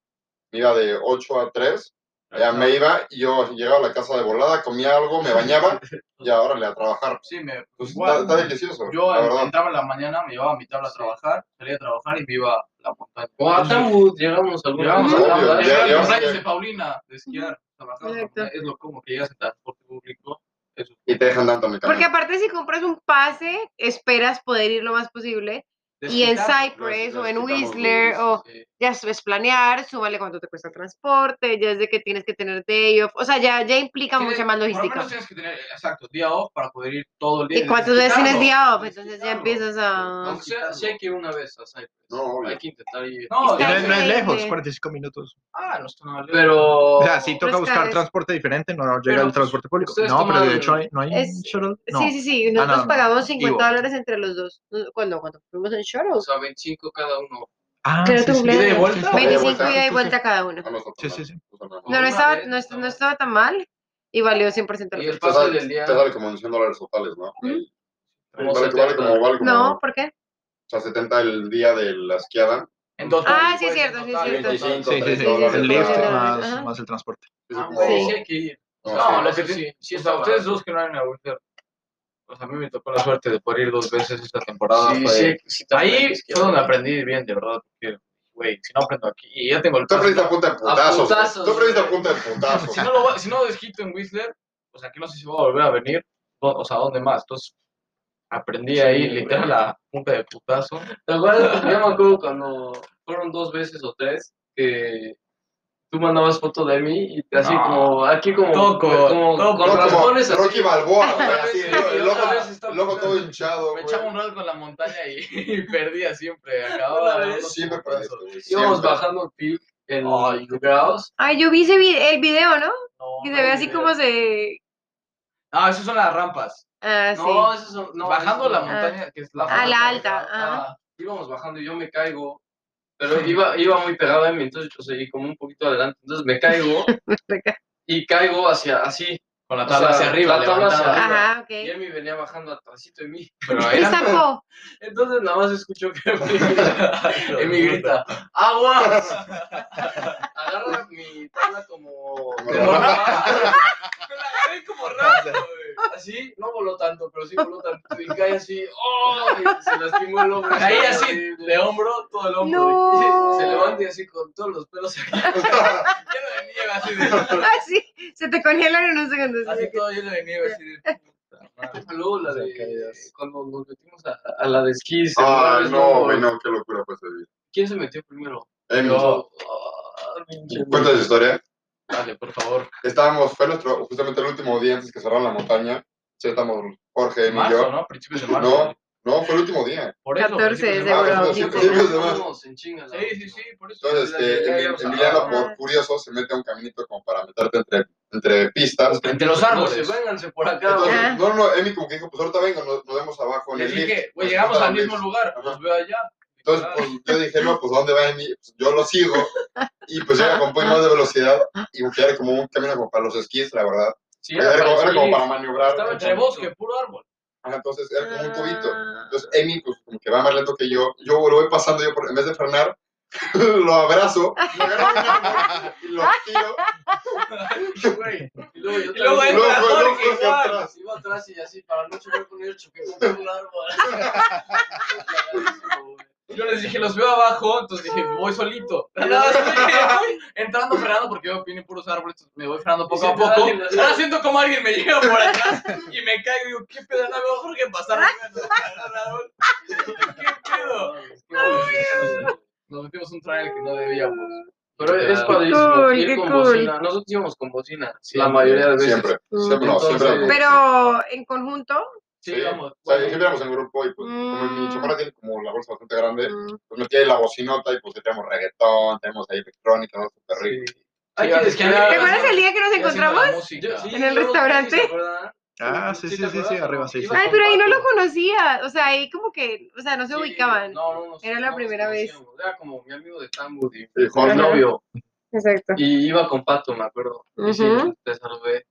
S5: me iba de 8 a 3, ya me iba y yo llegaba a la casa de volada, comía algo, me bañaba y ahora le a trabajar.
S1: Sí, me.
S5: Pues está,
S1: igual.
S5: está delicioso,
S1: Yo
S5: la
S1: en-
S5: verdad.
S1: entraba en la mañana, me llevaba mi tabla a
S2: Sí.
S1: trabajar, salía a trabajar y me iba a la montaña.
S2: O a Ataúd, llegamos a alguna
S1: Llegábamos a
S5: Obvio,
S1: la
S2: Ataúd.
S5: ya-
S1: montaña.
S5: ya-
S1: Los años
S5: ya-
S1: de Paulina, de esquiar, trabajar, en la
S3: Exacto.
S1: montaña, es lo como que llegas en transporte público. Eso.
S5: Y te dejan tanto mecánico.
S3: Porque aparte, si compras un pase, esperas poder ir lo más posible. Y en
S1: Desquitar,
S3: Cypress
S5: los-
S3: o en
S5: los quitamos
S3: Whistler,
S5: los-
S3: o
S1: eh,
S3: ya es planear, súmale cuánto te cuesta el transporte, ya es de que tienes que tener day off, o sea, ya, ya implica
S1: tienes-
S3: mucha más
S1: Por lo
S3: logística.
S1: menos tienes que tener, exacto, día off para poder ir todo el día.
S3: ¿Y cuántas veces tienes
S1: Desquitarlo.
S3: día off? Entonces ya
S1: Desquitarlo.
S3: empiezas a...
S2: O sea, sí hay que ir una vez a Cypress.
S5: No, obvio.
S2: Hay que intentar ir.
S1: No,
S4: Y no,
S3: Está
S4: es- no es lejos,
S3: increíble.
S4: 45 minutos.
S1: Ah, no está nada lejos.
S2: Pero.
S4: O sea, si toca
S3: Pues,
S4: buscar
S3: claro, es-
S4: transporte diferente, no llega
S1: Pero,
S4: el transporte público.
S2: ustedes
S4: No, pero de
S2: tomaron-
S4: hecho hay- no hay
S3: Es-
S4: shuttle, no.
S3: Sí, sí,
S1: Ah,
S3: sí, nosotros
S4: no, no,
S3: pagamos
S1: activo.
S3: 50 dólares entre los dos. Cuando, cuando fuimos en
S2: O
S3: Shoros,
S2: sea, 25 cada uno.
S4: Ah,
S3: Creo que cumpleaños.
S4: sí,
S1: ¿Ida y vuelta?
S4: sí.
S5: Ida y
S3: 25
S5: vuelta,
S3: ida
S4: sí,
S3: y
S4: sí.
S3: vuelta cada uno.
S5: Ah, no está tan
S4: Sí,
S5: mal,
S4: sí, sí.
S5: no está tan mal.
S3: No, no
S2: Una
S3: estaba,
S2: vez,
S3: no, est-
S2: está
S3: no
S2: bueno.
S3: estaba tan mal y valió 100% la
S2: Y el
S3: pena.
S5: Te
S2: paso
S5: sale-
S2: del día.
S5: Te sale como en 100 dólares totales, ¿no?
S3: Ujú.
S5: Ahí.
S2: Como
S5: Vale, vale
S2: 70.
S5: como, vale como,
S3: No, ¿por qué?
S5: o sea, 70 el día de la esquiada,
S1: En total.
S3: Ah, sí,
S1: pues,
S3: cierto,
S1: en
S3: sí,
S1: total,
S3: cierto.
S1: en total.
S5: Sí,
S4: Sí, sí, sí.
S3: dólares,
S4: El lift
S3: ajá.
S4: más, más el transporte.
S5: es como-
S1: Ah, sí, sí hay que ir.
S5: no,
S1: No,
S5: sí.
S1: lo que sí, sí está ustedes dos que no han ido a Whistler, pues a mí me tocó la suerte de poder ir dos veces esta temporada.
S2: Sí,
S1: Fue-
S2: sí, sí, también hay
S1: Ahí
S2: que esquiar.
S1: fue donde aprendí bien, de verdad, porque, güey, si no aprendo aquí, y ya tengo el
S5: Tú
S1: pase,
S5: aprendiste a punta de putazos. güey.
S2: putazos,
S5: Tú aprendiste a
S2: güey.
S5: punta de putazos.
S1: si no, lo, va- si no desquito en Whistler, pues aquí no sé si voy a volver a venir, o, o sea, ¿dónde más? Entonces, aprendí
S2: Sí,
S1: ahí,
S2: güey.
S1: literal, la punta de putazo.
S2: ¿Te acuerdas? Yo me acuerdo cuando fueron dos veces o tres que tú mandabas foto de mí y así
S1: No.
S2: como aquí como,
S1: Todo con-
S2: como
S1: todo
S2: con
S5: No, como
S2: raspones así.
S5: Rocky Balboa, güey, así,
S2: Sí,
S5: el- el
S2: otra
S5: ojo-
S2: vez está
S5: el ojo todo
S2: putando.
S5: hinchado,
S1: Me
S5: güey.
S1: echaba un rato en la montaña y, y perdía siempre,
S2: Una
S1: acababa
S2: vez.
S1: dando
S5: Siempre
S1: putazos.
S5: perdiste, güey,
S2: Íbamos
S5: siempre.
S2: bajando el pic en
S1: Ay,
S2: grados.
S3: Ay, yo vi ese vi- el video, ¿no?
S1: No,
S3: Y se
S1: no,
S3: ve así
S1: ni
S3: como
S1: idea.
S3: se...
S1: No, esas son las rampas.
S3: Ah, sí. Ah,
S2: No, esos son- no,
S1: Bajando
S2: esos
S1: la
S2: no.
S1: montaña, que es la
S3: A la
S1: rampa,
S3: alta,
S1: ajá.
S3: ajá.
S2: íbamos bajando y yo me caigo. Pero iba, iba muy pegado a mí, entonces yo seguí como un poquito adelante. Entonces me caigo y caigo hacia así.
S1: Con la tabla
S2: O sea,
S1: hacia arriba,
S2: la tabla hacia
S1: levantada.
S2: arriba.
S3: Ajá,
S2: Y
S3: ok.
S2: Emi venía bajando atrásito de mí.
S3: ¿Qué
S1: Pero era...
S3: sacó?
S2: Entonces nada más escucho que Emi Emi grita, ¡Aguas! Agarra mi tabla como...
S5: Como
S1: Como
S2: como
S1: rama.
S2: rama.
S1: Me la agarré como rama, güey.
S2: Así, no voló tanto, pero sí voló tanto. Y cae así, ¡oh! Y se lastimó el hombro.
S1: Caí así, de hombro, todo el hombro. güey.
S3: No.
S2: Se levanta y así con todos los pelos aquí.
S1: Lleno de nieve, así de...
S3: Ah, sí. Se te congelan en un segundo. sí,
S1: Así
S3: de que-
S1: todo lleno de nieve, así de... puta madre.
S2: Luego la de...
S4: Caídas.
S2: Cuando nos metimos a, a la de esquí. se-
S5: Ah,
S2: una vez
S5: no,
S2: no-
S5: güey, no, qué locura fue ese día.
S2: ¿Quién se metió primero?
S5: Emi,
S2: Yo. Ah, pinche
S5: cuenta esa historia.
S1: Dale, por favor.
S5: Estábamos, fue nuestro, justamente el último día antes que cerraron la montaña. Sí, estamos Jorge, Emi y
S1: Marzo,
S5: yo.
S1: ¿no? Principios de marzo.
S5: No, no, fue el último día.
S1: Por eso,
S3: 14
S1: principios
S3: de
S5: seguro.
S1: marzo.
S2: Sí,
S5: Sí,
S2: porque
S5: sí,
S2: nos
S5: sí,
S2: fuimos en chinga la
S1: Sí, sí,
S2: última.
S1: sí, por eso.
S5: Entonces, este,
S1: Ya
S5: Emil-
S1: íbamos a-
S5: Emiliano,
S3: Ah.
S5: por curioso, se mete a un caminito como para meterte entre, entre pistas.
S1: Entre los árboles.
S2: No, vénganse por acá.
S5: Entonces,
S3: Ah.
S5: no, no, Emi como que dijo, pues ahorita vengo, nos, nos vemos abajo en
S1: Les
S5: el lift.
S1: dije, güey,
S5: Nos
S1: llegamos
S5: juntaron
S1: al mismo
S5: lifts.
S1: lugar,
S5: Ajá.
S1: los veo allá. Ah,
S5: Entonces, pues yo dije, no, pues ¿a dónde va Emi? Pues, yo lo sigo. Y pues era con un poquito más de velocidad y que era como un camino como para los esquís, la verdad.
S1: Sí,
S5: Era, como, era
S1: sí,
S5: como para maniobrar.
S1: Estaba entre bosque, puro árbol.
S5: Ajá, entonces era como un
S3: Ah.
S5: cubito. Entonces Emi, pues como que va más lento que yo. Yo lo voy pasando, yo por- en vez de frenar, lo abrazo, lo agarro de un árbol y lo tiro.
S2: güey. Y luego yo
S1: Y luego
S2: también-
S1: entra
S5: luego, luego,
S1: Jorge
S5: hacia
S1: igual.
S5: atrás.
S2: Iba atrás y así, para no chocar con él, choqué con un árbol. Cagadísimo, güey.
S1: Yo les dije, los veo abajo, entonces dije, voy solito. Nada, más dije, voy entrando, frenando, porque yo vine puros árboles, entonces me voy frenando poco
S2: Y "Ah,
S1: a
S2: se te da
S1: poco.
S2: alguien así.
S1: Ahora siento como alguien me llega por atrás y me caigo y digo, ¿qué pedo? No veo a Jorge pasar. ¿Qué pedo? Nos metimos un trail que no debíamos.
S2: Pero es
S1: Literal.
S2: padrísimo
S3: Cool,
S2: ir
S3: qué
S2: con
S3: cool.
S2: bocina. Nosotros íbamos con bocina la
S1: Siempre.
S2: mayoría de veces.
S5: Siempre, siempre no, siempre.
S2: Entonces,
S3: Pero en conjunto.
S1: Sí, vamos.
S5: O sea, siempre éramos en grupo y pues, como
S3: Mm.
S5: mi chamarra tiene como la bolsa bastante grande,
S3: mm,
S5: pues metí ahí la bocinota y pues tenemos reggaetón, tenemos ahí electrónica, ¿no? Súper rico.
S2: Hay
S1: Sí,
S2: que
S1: es que
S2: descargar.
S3: ¿Te acuerdas el día que nos
S1: Haciendo la
S3: encontramos?
S1: música.
S2: Yo- sí,
S3: ¿En el
S2: yo-
S3: restaurante?
S2: ¿se acuerdan?
S4: Ah, sí, sí, sí, sí, arriba, sí. sí.
S3: Ay, pero ahí no lo conocía. O sea, ahí como que, o sea, no se
S2: Sí,
S3: ubicaban.
S2: No, no, no,
S3: Era
S2: sí,
S3: la
S2: no nos
S3: primera vez.
S2: conocíamos. Era como mi amigo de Tamwood y
S5: Y
S2: mi
S5: Juan,
S3: Ajá.
S2: novio.
S3: Exacto.
S2: Y iba con Pato, me acuerdo. Y sí,
S3: Ujú.
S2: te saludé.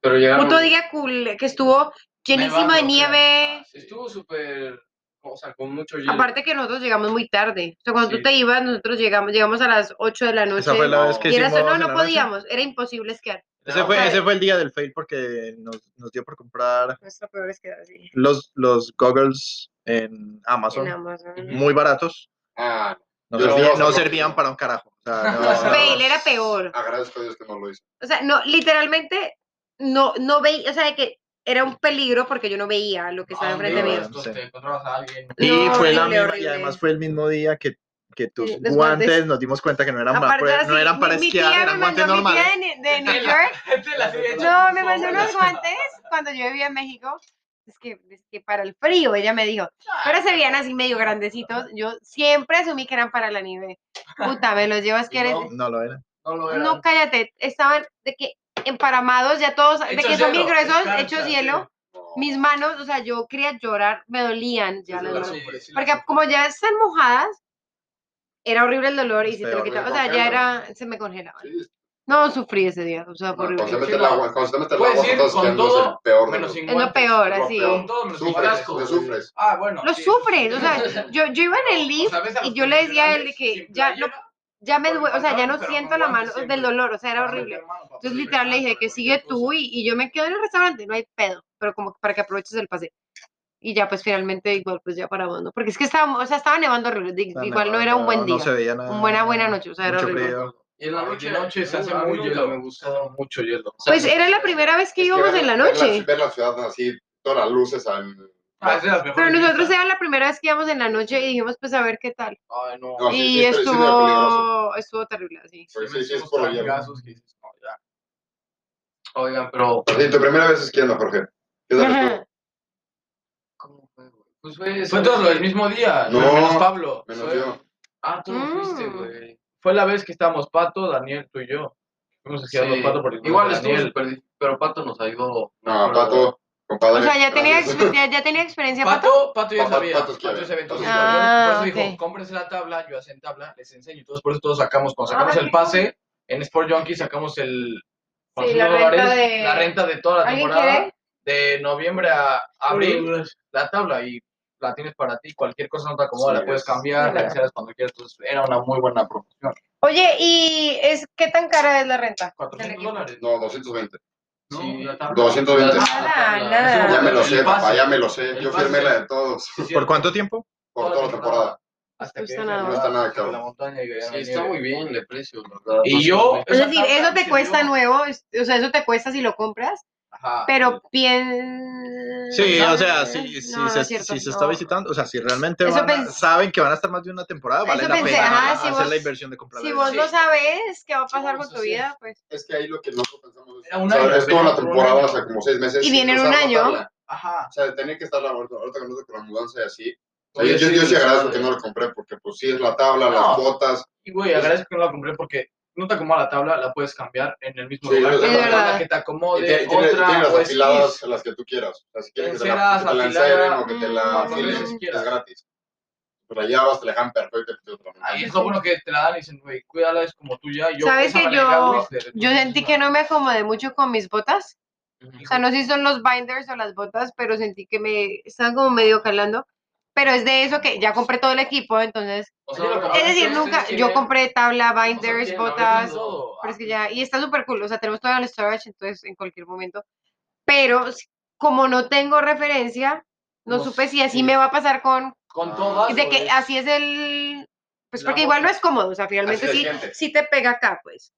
S2: Pero llegaron.
S3: Puto día cool, que estuvo llenísima de
S2: nevando,
S3: nieve.
S2: creo. Estuvo súper. O sea, con mucho hielo.
S3: Aparte que nosotros llegamos muy tarde. O sea, cuando tú
S2: Sí.
S3: te ibas, nosotros llegamos, llegamos a las 8 de la noche.
S4: Esa fue la vez que
S3: y era
S4: hicimos
S3: solo,
S4: en
S3: no
S4: la noche.
S3: podíamos, era imposible esquiar.
S4: Ese
S3: o sea,
S4: fue, ese fue el día del fail porque nos, nos dio por comprar
S3: Nuestra peor esquiar, sí.
S4: los, los goggles en Amazon,
S3: En Amazon.
S2: Ujú.
S4: muy baratos.
S5: Ah,
S4: No,
S5: Yo
S4: servían,
S5: no,
S4: no
S5: no,
S4: servían
S5: no.
S4: para un carajo. O sea, no-
S3: Los fail, era peor.
S5: agradezco a Dios que no lo hizo.
S3: O sea, no, literalmente, no, no veía, o sea, que era un peligro porque yo no veía lo que estaba
S2: Ah,
S3: enfrente
S2: no,
S3: mío.
S2: estos
S4: Sí.
S2: Te encontrabas a alguien.
S4: Y
S3: No,
S4: fue
S3: horrible,
S4: la misma, y
S3: horrible.
S4: además fue el mismo día que, que tus
S3: Sí, los
S4: guantes,
S3: guantes.
S4: nos dimos cuenta que no eran,
S3: Aparte,
S4: para, no
S3: así,
S4: eran
S3: mi-
S4: para
S3: mi
S4: esquiar,
S3: tía me
S4: eran guantes
S3: mandó- mi tía
S4: normales.
S3: de- de New York
S2: Gente, la serie hecha
S3: No,
S2: por
S3: me
S2: su
S3: mandó
S2: abuela.
S3: unos guantes cuando yo vivía en México. Es que, es que para el frío, ella me dijo. Pero se veían así medio grandecitos. Yo siempre asumí que eran para la nieve. Puta, me los llevas
S2: Y
S3: que eres.
S2: no,
S4: No lo eran.
S2: No lo era.
S3: No, cállate. Estaban de que emparamados, ya todos, de
S2: Hechos
S3: que son
S2: hielo,
S3: bien gruesos,
S2: escarcha,
S3: hechos
S2: sí.
S3: hielo.
S5: No.
S3: Mis manos, o sea, yo quería llorar, me dolían ya
S5: Sí,
S3: las
S5: la
S3: manos.
S5: sufrí.
S3: Porque como ya están mojadas, era horrible el dolor y
S4: Es
S3: si te lo
S4: peor, me
S3: quitaba, o sea, ya
S5: congela.
S3: era, se me congelaban.
S5: Sí,
S3: No, sufrí ese día, o sea, fue
S5: cuando se
S3: horrible.
S5: mete el agua, cuando se mete el
S2: Puedes
S5: agua,
S2: ir
S5: entonces
S2: con
S5: ya no es el
S2: todo,
S5: peor. de
S2: menos
S5: los-
S2: sin
S3: Es lo
S2: guantes.
S3: peor,
S5: lo
S3: así.
S5: peor.
S2: Con todo menos sin
S5: Sufres,
S2: frasco.
S5: te sufres.
S2: Ah, bueno.
S3: Lo
S2: sí.
S3: sufres, o sea, yo, yo iba en el
S2: O
S3: lift
S2: sea, ves a los
S3: y yo le decía a él de
S2: profesionales
S3: que
S2: sin
S3: ya no,
S2: playera,
S3: ya me
S2: con el
S3: duele, o sea, ya
S2: pantalón,
S3: no
S2: pero
S3: siento
S2: con
S3: la
S2: guantes
S3: mano
S2: siempre.
S3: del dolor, o sea,
S1: ah,
S3: era
S2: Para
S3: horrible.
S2: meter mano, para
S3: Entonces
S2: poder
S3: literal le
S2: regresar,
S3: dije
S2: para
S3: que
S2: cualquier
S3: sigue tú
S2: cosa.
S3: y, y yo me quedo en el restaurante, no hay pedo, pero como para que aproveches el pase. Y ya pues finalmente igual pues ya paramos, ¿no? Porque es que estaba, o sea, estaba nevando horrible, di-
S4: Estaba
S3: igual no era
S4: nevando,
S3: un buen día.
S4: No se veía nada.
S3: Un buena, buena noche, o sea, era
S4: mucho
S3: horrible.
S4: frío.
S2: Y en la noche,
S1: de noche se hace
S2: a mí
S1: muy
S2: nunca
S1: hielo.
S2: Me gustó mucho hielo.
S3: Pues era la primera vez que
S5: Es que
S3: íbamos
S5: ver-
S3: en la
S5: ver
S3: noche.
S5: Ver la ciudad así, todas las luces. al-
S1: Ah, es de las mejores
S3: Pero nosotros
S1: vistas.
S3: era la primera vez que íbamos en la noche y dijimos pues a ver qué tal.
S2: Ay, no.
S5: No, sí,
S3: Y
S5: sí, pero sí, medio peligroso.
S3: estuvo, estuvo terrible, así.
S5: Pues
S2: Sí,
S5: sí,
S2: me
S5: sí, es
S2: hicimos
S5: por el hielo.
S2: trancazos que dices, no, ya. Oigan, pero.
S5: Sí, tu primera vez esquiando, Jorge. ¿Qué tal
S3: Ajá.
S5: estuvo?
S2: ¿Cómo fue, güey? Pues fue.
S1: Fue todo el mismo día,
S5: No.
S1: pero menos Pablo.
S5: Menos
S2: Soy-
S5: yo.
S2: Ah, tú no fuiste,
S3: Mm.
S2: güey.
S1: Fue la vez que estábamos Pato, Daniel, tú y yo. Fuimos a esquiar los
S2: Sí.
S1: Pato por el
S2: Igual
S1: Daniel. Ah,
S2: estuvo súper. Pero Pato nos ayudó.
S5: No,
S2: Pero-
S5: Pato,
S3: O
S5: compadre.
S3: sea, ya tenía,
S5: gracias.
S3: exper- ya, ya tenía experiencia. Pato.
S1: Pato, Pato ya
S5: Pato-
S1: sabía.
S5: Pato
S1: Pato,
S5: es que había.
S1: ya sabía. Entonces,
S3: Ah,
S1: por eso dijo,
S3: ok.
S1: cómprense la tabla, yo hacen tabla, les enseño. Entonces, por eso todos sacamos,
S3: Ah,
S1: cuando sacamos el pase, en Sport Junkie sacamos el... con
S3: Sí,
S1: cinco
S3: la renta de-
S1: la renta de toda la
S3: ¿Alguien
S1: temporada, de noviembre a abril, la tabla y la tienes para ti. Cualquier cosa no te acomoda,
S5: Sí,
S1: la puedes
S5: es-
S1: cambiar, la
S3: Claro.
S1: cancelas cuando quieras. Entonces, era una muy buena promoción.
S3: Oye, ¿y es qué tan cara es la renta? del
S1: 400
S3: equipo?
S1: dólares.
S5: No, 220.
S1: ¿no?
S2: Sí,
S1: La tabla.
S5: 220.
S1: La
S3: Nada,
S1: tabla.
S3: nada.
S5: Ya me lo
S1: El
S5: sé,
S1: pase.
S5: papá, ya me lo sé.
S1: El
S5: Yo
S1: pase.
S5: firmé la de todos.
S1: Sí, sí,
S4: ¿Por cuánto tiempo?
S5: Por toda la temporada.
S1: Hasta
S3: No
S1: que
S3: está nada
S5: No está nada
S1: hasta que
S5: caro.
S1: la montaña y que ya no
S2: Sí,
S1: hay
S2: está
S1: nieve.
S2: muy bien de precio, la verdad.
S1: Y
S2: No sé,
S1: yo-
S2: güey.
S3: Es
S1: Esa
S3: decir,
S1: tabla
S3: eso
S1: me
S3: te
S1: sirvió.
S3: cuesta nuevo, es- o sea, eso te cuesta si lo compras,
S1: Ajá.
S3: pero piensa...
S4: Ah, Sí, o sea, si, si
S3: No, no
S4: se,
S3: es cierto,
S4: si se
S3: no.
S4: está visitando, o sea, si realmente
S3: Eso
S4: van a-
S3: pens-
S4: saben que van a estar más de una temporada, vale
S3: Eso
S4: la
S3: pensé,
S4: pena
S3: ajá, si
S4: hacer
S3: vos-
S4: la inversión de comprar
S3: Si
S4: la
S3: vos no
S4: entrada.
S3: sabes qué va a
S2: Sí,
S3: pasar con
S2: eso
S3: tu
S2: sí.
S3: vida, pues...
S5: Es que ahí lo que nosotros pensamos es.
S1: Era un
S5: o sea,
S1: año,
S5: estuvo
S1: venía
S5: la
S1: por un
S5: temporada,
S1: año.
S5: o sea, como seis meses.
S3: Y
S5: sin
S3: viene en
S5: usar
S3: un
S5: la
S3: año.
S5: tabla.
S1: Ajá.
S5: O sea, tenía que estar la ahorita con nosotros con la mudanza y así. O sea,
S1: Oye,
S5: yo, yo,
S1: sí,
S5: yo sí
S1: sí,
S5: agradezco
S1: sí.
S5: que no lo compré porque, pues, sí es la tabla,
S1: No.
S5: las botas.
S1: Y güey, agradezco que no la compré porque no te acomoda la tabla, la puedes cambiar en el mismo
S5: Sí,
S1: lugar.
S5: es
S1: Con
S3: verdad.
S1: la que te
S5: Y tiene,
S1: acomode,
S5: y tiene- y tiene
S1: otra pues,
S5: las
S1: o
S5: afiladas
S1: esquís.
S5: las que tú quieras. O sea, si quieres que te
S1: Terceras,
S5: la, que te la
S1: afilada,
S5: enseren o que te la
S3: mm,
S5: afilen,
S1: cuantas quieras.
S5: es gratis. Pero allá vas, te la dejan perfecta. y te otra.
S1: Ahí es lo bueno que te la dan y dicen, güey, cuídala, es como tuya. Y Yo,
S3: ¿Sabes
S1: esa
S3: que
S1: me la regaló
S3: yo-
S1: Whistler,
S3: Yo
S1: entonces,
S3: sentí
S1: no.
S3: que no me acomodé mucho con mis botas. O sea,
S1: Hijo,
S3: no sé si son los binders o las botas, pero sentí que me están como medio calando. Pero es de eso que ya compré todo el equipo, entonces...
S2: O sea,
S1: Es
S3: Es
S2: ahora
S3: decir,
S2: ustedes
S3: nunca,
S2: tienen-
S3: yo compré tabla,
S2: o sea,
S3: binders,
S2: tienen la
S3: botas,
S2: versión todo.
S3: pero es que ya, y está súper cool, o sea, tenemos todo el storage, entonces en cualquier momento, pero s- como no tengo referencia, no
S1: No
S3: supe si así
S1: sé.
S3: me va a pasar con,
S1: Con
S5: Ah.
S1: todas.
S3: de que
S1: güey.
S3: así es el, pues
S1: La
S3: porque igual no
S1: bota.
S3: es cómodo, o sea, finalmente
S5: Así se
S3: sí,
S5: siente.
S3: sí te pega acá, pues,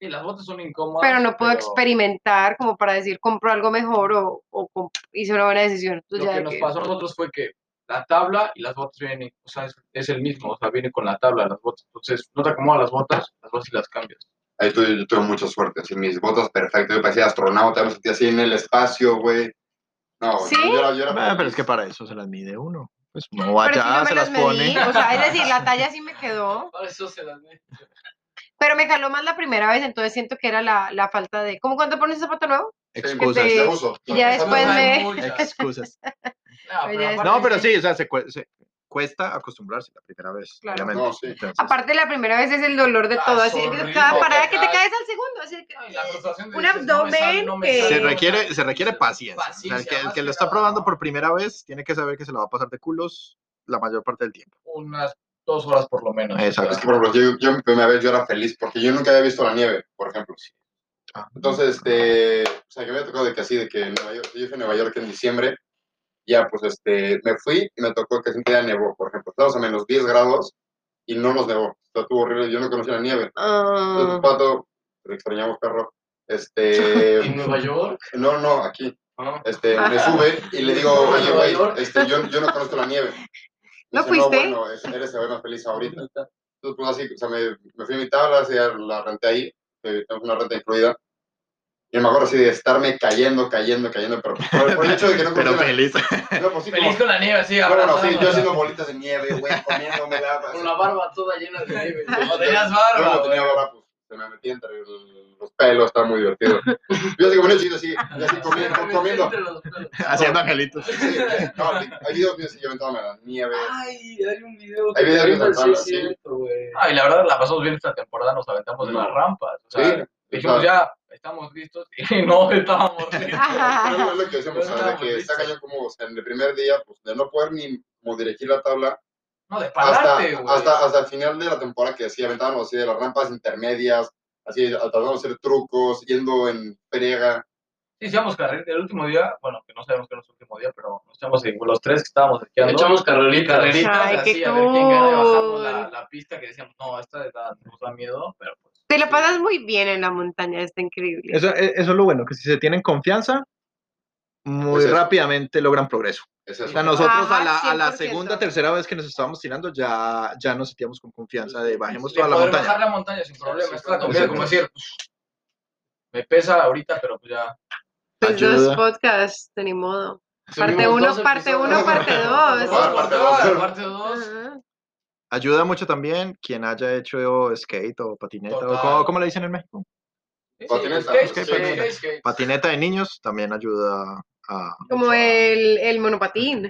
S1: Y las botas son incómodas.
S3: pero no puedo experimentar como para decir, compro algo mejor o, o comp- hice una buena decisión, entonces
S1: Lo
S3: ya
S1: que
S3: de
S1: nos
S3: que-
S1: pasó a nosotros fue que la tabla y las botas vienen, o sea, es, es el mismo, o sea, viene con la tabla, las botas. Entonces, no te acomodas las botas, las vas y las cambias.
S5: Ahí tuve, yo tuve mucha suerte, así mis botas perfectas, yo parecía astronauta, me sentía así en el espacio, güey. No,
S3: ¿Sí?
S5: yo era, yo era
S4: Ah, pero es que para eso se las mide uno. Pues no
S3: pero si
S4: allá,
S3: no me
S4: se
S3: las
S4: las
S3: medí,
S4: pone.
S3: o sea, es decir, la talla sí me quedó,
S2: Para eso se las ve.
S3: Pero me jaló más la primera vez, entonces siento que era la, la falta de. ¿Cómo cuando pones zapato nuevo?
S4: Excusas.
S3: que
S5: de
S3: te-
S5: uso.
S3: y ya
S5: Estamos
S3: después
S5: mal.
S3: me-
S2: hay muchas.
S4: Excusas.
S2: No,
S3: Oye,
S2: Ah, pero
S3: es-
S2: aparte-
S4: No, pero sí, o sea, se, cue- se- cuesta acostumbrarse la primera vez.
S3: Claro.
S4: obviamente.
S5: No, sí.
S4: Entonces,
S3: Aparte, la primera vez es el dolor de
S2: Ah,
S3: todo,
S2: es
S3: así
S2: horrible,
S3: cada parada que te
S2: ajá.
S3: caes al segundo. Así que,
S2: No, y la frustración de
S3: Un
S2: dices, no me sale,
S3: abdomen
S2: no me
S3: que-
S2: sale,
S4: se
S2: no me
S4: requiere,
S2: sale.
S4: se requiere paciencia. O sea, el que, el que lo está probando por primera vez tiene que saber que se la va a pasar de culos la mayor parte del tiempo.
S1: unas dos horas por lo menos.
S4: Exacto.
S5: Es que, por ejemplo, yo, yo mi primera vez yo era feliz porque yo nunca había visto la nieve, por ejemplo. Ah, Entonces, este, o sea, que me había tocado de que así, de que en Nueva York, yo fui a Nueva York en diciembre, ya pues este, me fui y me tocó que siempre nevó, por ejemplo. Estábamos a menos 10 grados y no nos nevó. O sea, estuvo horrible, yo no conocía la nieve. Entonces,
S3: ah,
S5: pato, te extrañamos, perro.
S1: En
S5: Este,
S1: Nueva York,
S5: no, no, aquí.
S1: ¿no?
S5: Este, me sube y le digo, oye,
S1: Nueva
S5: güey,
S1: York.
S5: este, yo, yo no conozco la nieve.
S3: ¿No
S5: Dice,
S3: fuiste?
S5: No, bueno, es- eres el más feliz ahorita. Entonces, pues así, o sea, me, me fui a mi tabla, así, la renté ahí, que tenemos una renta incluida. Y me acuerdo así de estarme cayendo, cayendo, cayendo, pero por, por el hecho de que no
S4: Ah, Pero
S5: conocía la-
S4: feliz.
S5: No, pues sí, como-
S1: Feliz con la nieve, sí,
S5: bueno, sí, yo
S1: abrazándola.
S5: haciendo bolitas de nieve, güey, comiéndomela.
S1: Con la barba toda llena de nieve.
S5: Sí,
S1: No
S5: yo-
S1: tenías
S5: yo
S1: barba.
S5: no tenía barba, pues se me metía entre el- los pelos, está muy divertido. Yo así como un chido, así, yo así comiendo, comiendo.
S4: Haciendo angelitos.
S5: Sí, no, hay videos míos y yo aventándome la nieve.
S2: Ay, hay un video.
S5: Hay
S2: que
S5: videos
S2: te
S5: de
S2: avientan, sí,
S5: Santana,
S2: es
S5: sí.
S2: cierto, güey.
S1: Ah, y la verdad la pasamos bien esta temporada, nos aventamos de
S5: No.
S1: las rampas. O
S5: Sí,
S1: sea, dijimos
S5: o sea,
S1: ya, estamos listos y no estábamos listos.
S5: pero es
S3: ah.
S5: lo que decimos, o sea, de que está cañón como, o sea, en el primer día, pues de no poder ni como dirigir la tabla,
S1: No, de
S5: hasta,
S1: pararte, güey.
S5: hasta, hasta el final de la temporada que así aventábamos así de las rampas intermedias, así tratábamos de hacer trucos, yendo en frega.
S1: Sí, hicimos carrerita el último día, bueno, que no sabemos que no es el último día, pero nos echamos en- los tres que estábamos esquiando.
S2: Echamos carreritas.
S1: carreritas
S3: Ay,
S1: así,
S3: qué
S1: a ver quién gana, y bajamos la,
S3: cool.
S1: la pista que decíamos, no, esta es la- nos da miedo, pero pues...
S3: Te la pasas muy bien en la montaña, está increíble.
S4: Eso, e- eso es lo bueno, que si se tienen confianza, muy
S5: Pues eso.
S4: rápidamente logran progreso.
S5: Es
S4: O
S5: eso.
S4: sea, nosotros
S3: Ajá,
S4: a, la, a la
S3: 100%.
S4: segunda, tercera vez que nos estábamos tirando, ya, ya nos sentíamos con confianza de bajemos
S1: de
S4: toda la
S1: poder
S4: montaña.
S1: bajar la montaña sin problema,
S5: Sí,
S1: es la
S5: sí,
S1: confianza,
S4: sí.
S1: como decir, pues, me pesa ahorita, pero pues ya...
S3: Pues
S4: Ayuda.
S3: dos podcasts, de ni modo. Parte
S2: Subimos
S3: uno,
S2: dos
S3: parte
S2: episodios.
S3: uno, parte dos.
S5: Dos
S1: parte
S5: parte
S1: dos,
S5: dos.
S1: parte dos.
S3: Ajá.
S4: Ayuda mucho también quien haya hecho skate o patineta, o
S1: Total.
S4: ¿cómo, cómo le dicen en México?
S1: Sí,
S5: Patineta,
S1: skate,
S4: skate,
S1: skate,
S4: patineta.
S1: skate.
S4: Patineta de niños también ayuda a...
S3: Como el, el monopatín.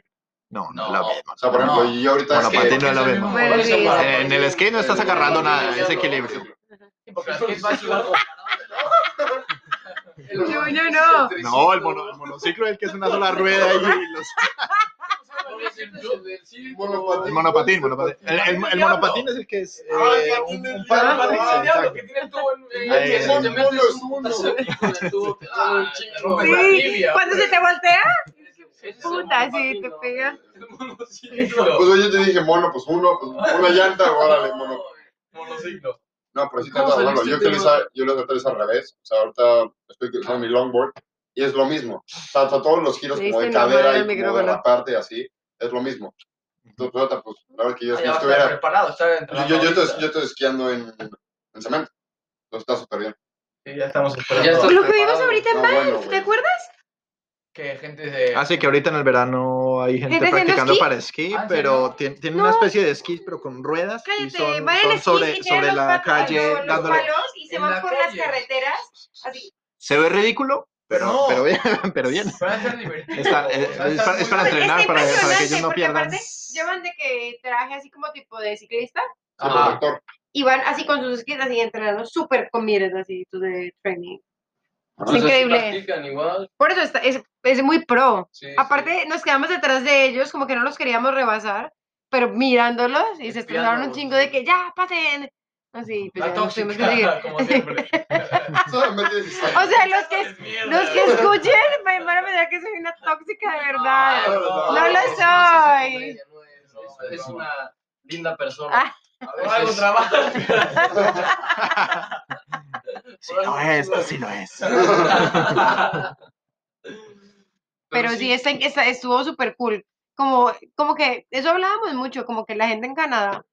S4: No, no,
S1: No.
S4: es la misma.
S5: O sea, por ejemplo,
S1: No.
S5: yo ahorita
S4: Bueno,
S5: es que-
S4: patín no es la
S1: el
S4: misma.
S1: mismo
S3: Bueno,
S1: valor
S3: sí.
S1: para
S3: Eh,
S4: en el
S1: patín.
S4: skate no estás
S1: Sí,
S4: agarrando nada,
S1: sí,
S4: es
S1: sí,
S4: equilibrio.
S1: Porque el skate va a llevar
S2: El mono-
S3: No, no, no.
S4: No, el, mono- el monociclo es el que es una sola rueda y los... El monopatín, monopatín. El, el- el monopatín es el que es... eh, un, un par de
S3: diablo,
S4: patines, exacto. Ahí,
S5: Es un mundo, es un mundo.
S3: Sí, cuando se
S2: pues.
S3: te voltea, puta, sí, te pega.
S5: Pues oye, yo te dije mono, pues uno, pues una llanta, órale, mono.
S1: Monociclo.
S5: No, pero sí
S2: ¿Cómo
S5: trata de hablarlo.
S2: saliste
S5: Yo
S2: de
S5: utilizo, yo lo trato de hacer al revés. O sea, ahorita estoy utilizando mi longboard y es lo mismo. O sea, hasta todos los giros
S3: Le
S5: como de
S3: diste una mano
S5: cadera
S3: al
S5: y como de
S3: micrófono.
S5: la parte así, es lo mismo. Entonces, trata, pues, la verdad que yo
S1: Ah,
S5: si
S1: ya va a estar
S5: estuviera...
S1: preparado, está
S5: Yo, yo,
S1: entrenando
S5: yo,
S1: ahorita.
S5: estoy, yo estoy esquiando en, en cemento. Entonces está súper bien.
S1: Sí, ya estamos esperando.
S2: Ya está.
S3: Lo que vimos ahorita en
S5: No,
S3: Banff,
S5: bueno,
S3: ¿te
S5: güey.
S3: acuerdas?
S1: Que gente de...
S5: Ah,
S4: Así Ah, que ahorita en el verano hay gente
S3: ¿Gente haciendo
S4: practicando
S3: esquí?
S4: para esquí,
S1: Ah, ¿en
S4: pero
S1: serio?
S4: tien- tienen
S3: No.
S4: una especie de esquís, pero con ruedas y
S3: Cállate,
S4: son,
S3: van
S4: son
S3: en
S4: sobre,
S3: esquí y tienen
S4: sobre
S3: los
S4: la
S3: patos,
S4: calle
S3: los
S4: dándole.
S3: palos y se
S1: En
S3: van
S1: la
S3: por
S1: calle.
S3: las carreteras. Así.
S4: Se ve ridículo, pero,
S1: No.
S4: pero bien, pero bien.
S1: Van a ser divertidos.
S5: eh,
S4: Está- es,
S1: Van a
S4: es
S1: estar
S4: para,
S1: muy
S4: es para
S3: Está
S4: entrenar, para, para que ellos
S3: Pues, impresionante,
S4: no
S3: porque
S4: pierdan.
S3: aparte, Yo van de que traje así como tipo de ciclista
S5: Sí,
S1: Ajá.
S5: protector.
S3: y van así con sus esquís así entrenando súper con miras así tú de training.
S1: Ah,
S5: Ajá.
S3: Es increíble.
S2: Igual.
S3: Por eso está- es, es muy pro.
S2: Sí, sí.
S3: Aparte, nos quedamos detrás de ellos, como que no los queríamos rebasar, pero mirándolos y se estresaron un
S1: Espiándolos,
S3: chingo
S1: sí.
S3: de que ya pasen. Así, pues
S1: La
S3: ya nos tuvimos que
S1: tóxica,
S3: seguir.
S1: como siempre.
S3: Ah.
S5: Solamente
S3: O sea, los que, los que
S1: Mierda.
S3: escuchen me van a pensar que soy una tóxica de verdad.
S1: No,
S3: No
S1: no,
S3: lo
S1: no,
S3: soy.
S2: Es una linda persona.
S3: Ah.
S2: A
S1: Por algo
S2: veces-
S1: trabajo.
S4: Si no es, si no es.
S3: Pero sí, está- está- estuvo súper cool. Como, como que, eso hablábamos mucho, como que la gente en Canadá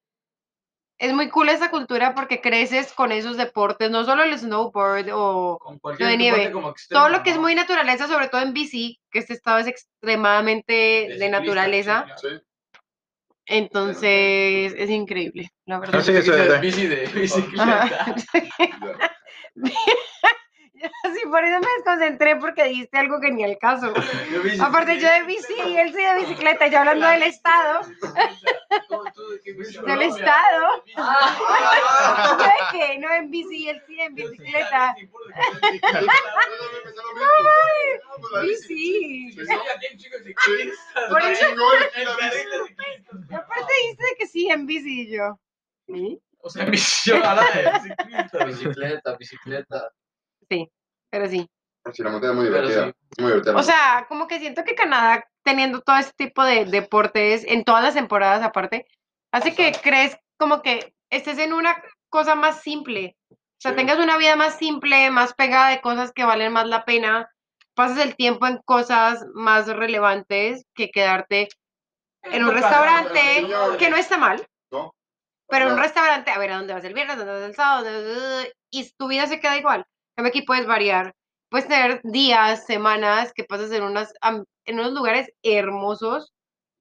S3: es muy cool esa cultura porque creces con esos deportes, no solo el snowboard o
S1: Con
S3: Lo de
S1: cualquier
S3: nieve.
S1: deporte como extremo,
S3: todo lo que es
S1: ¿no?
S3: muy naturaleza, sobre todo en BC, que este estado es extremadamente de
S1: ciclista,
S3: naturaleza.
S1: sí, claro.
S5: Sí,
S3: Entonces, es increíble, la verdad.
S4: Ah, sí, eso
S1: Dice,
S4: es-
S1: bici de bicicleta.
S3: Ajá. Sí, por eso me desconcentré porque dijiste algo que ni al caso.
S1: Yo bici-
S3: Aparte yo de bici y él sí de bicicleta, yo hablando del estado,
S1: ¿Tú- tú de qué bici
S3: del
S1: hablas?
S3: estado.
S1: Ah.
S3: Yo de que no en bici y él sí en
S1: Yo sí, la
S3: bicicleta.
S1: bici, puro de-
S5: pues,
S3: Bici.
S1: Sí, aquí en Chico Ciclistas,
S3: Por
S1: güey.
S3: eso-
S1: En carreras ciclistas.
S3: Y aparte dijiste que sí en bici y yo. ¿sí?
S1: O sea, bici, yo hablaba de ciclistas.
S2: Bicicleta, bicicleta.
S3: Pero sí.
S5: Sí, la montaña es muy
S1: Pero
S5: divertida.
S1: sí.
S5: Muy divertida.
S3: O sea, como que siento que Canadá, teniendo todo este tipo de deportes en todas las temporadas aparte, hace que crees como que estés en una cosa más simple. O sea,
S1: Sí.
S3: tengas una vida más simple, más pegada de cosas que valen más la pena. Pasas el tiempo en cosas más relevantes que quedarte en un
S1: tu casa,
S3: restaurante,
S1: señor.
S3: que no está mal,
S5: ¿no?
S3: pero en un
S5: Claro.
S3: restaurante, a ver, ¿a dónde vas el viernes? ¿A dónde vas el sábado? ¿Dónde- Y tu vida se queda igual. En aquí puedes variar. Puedes tener días, semanas que pasas en, unas, am- en unos lugares hermosos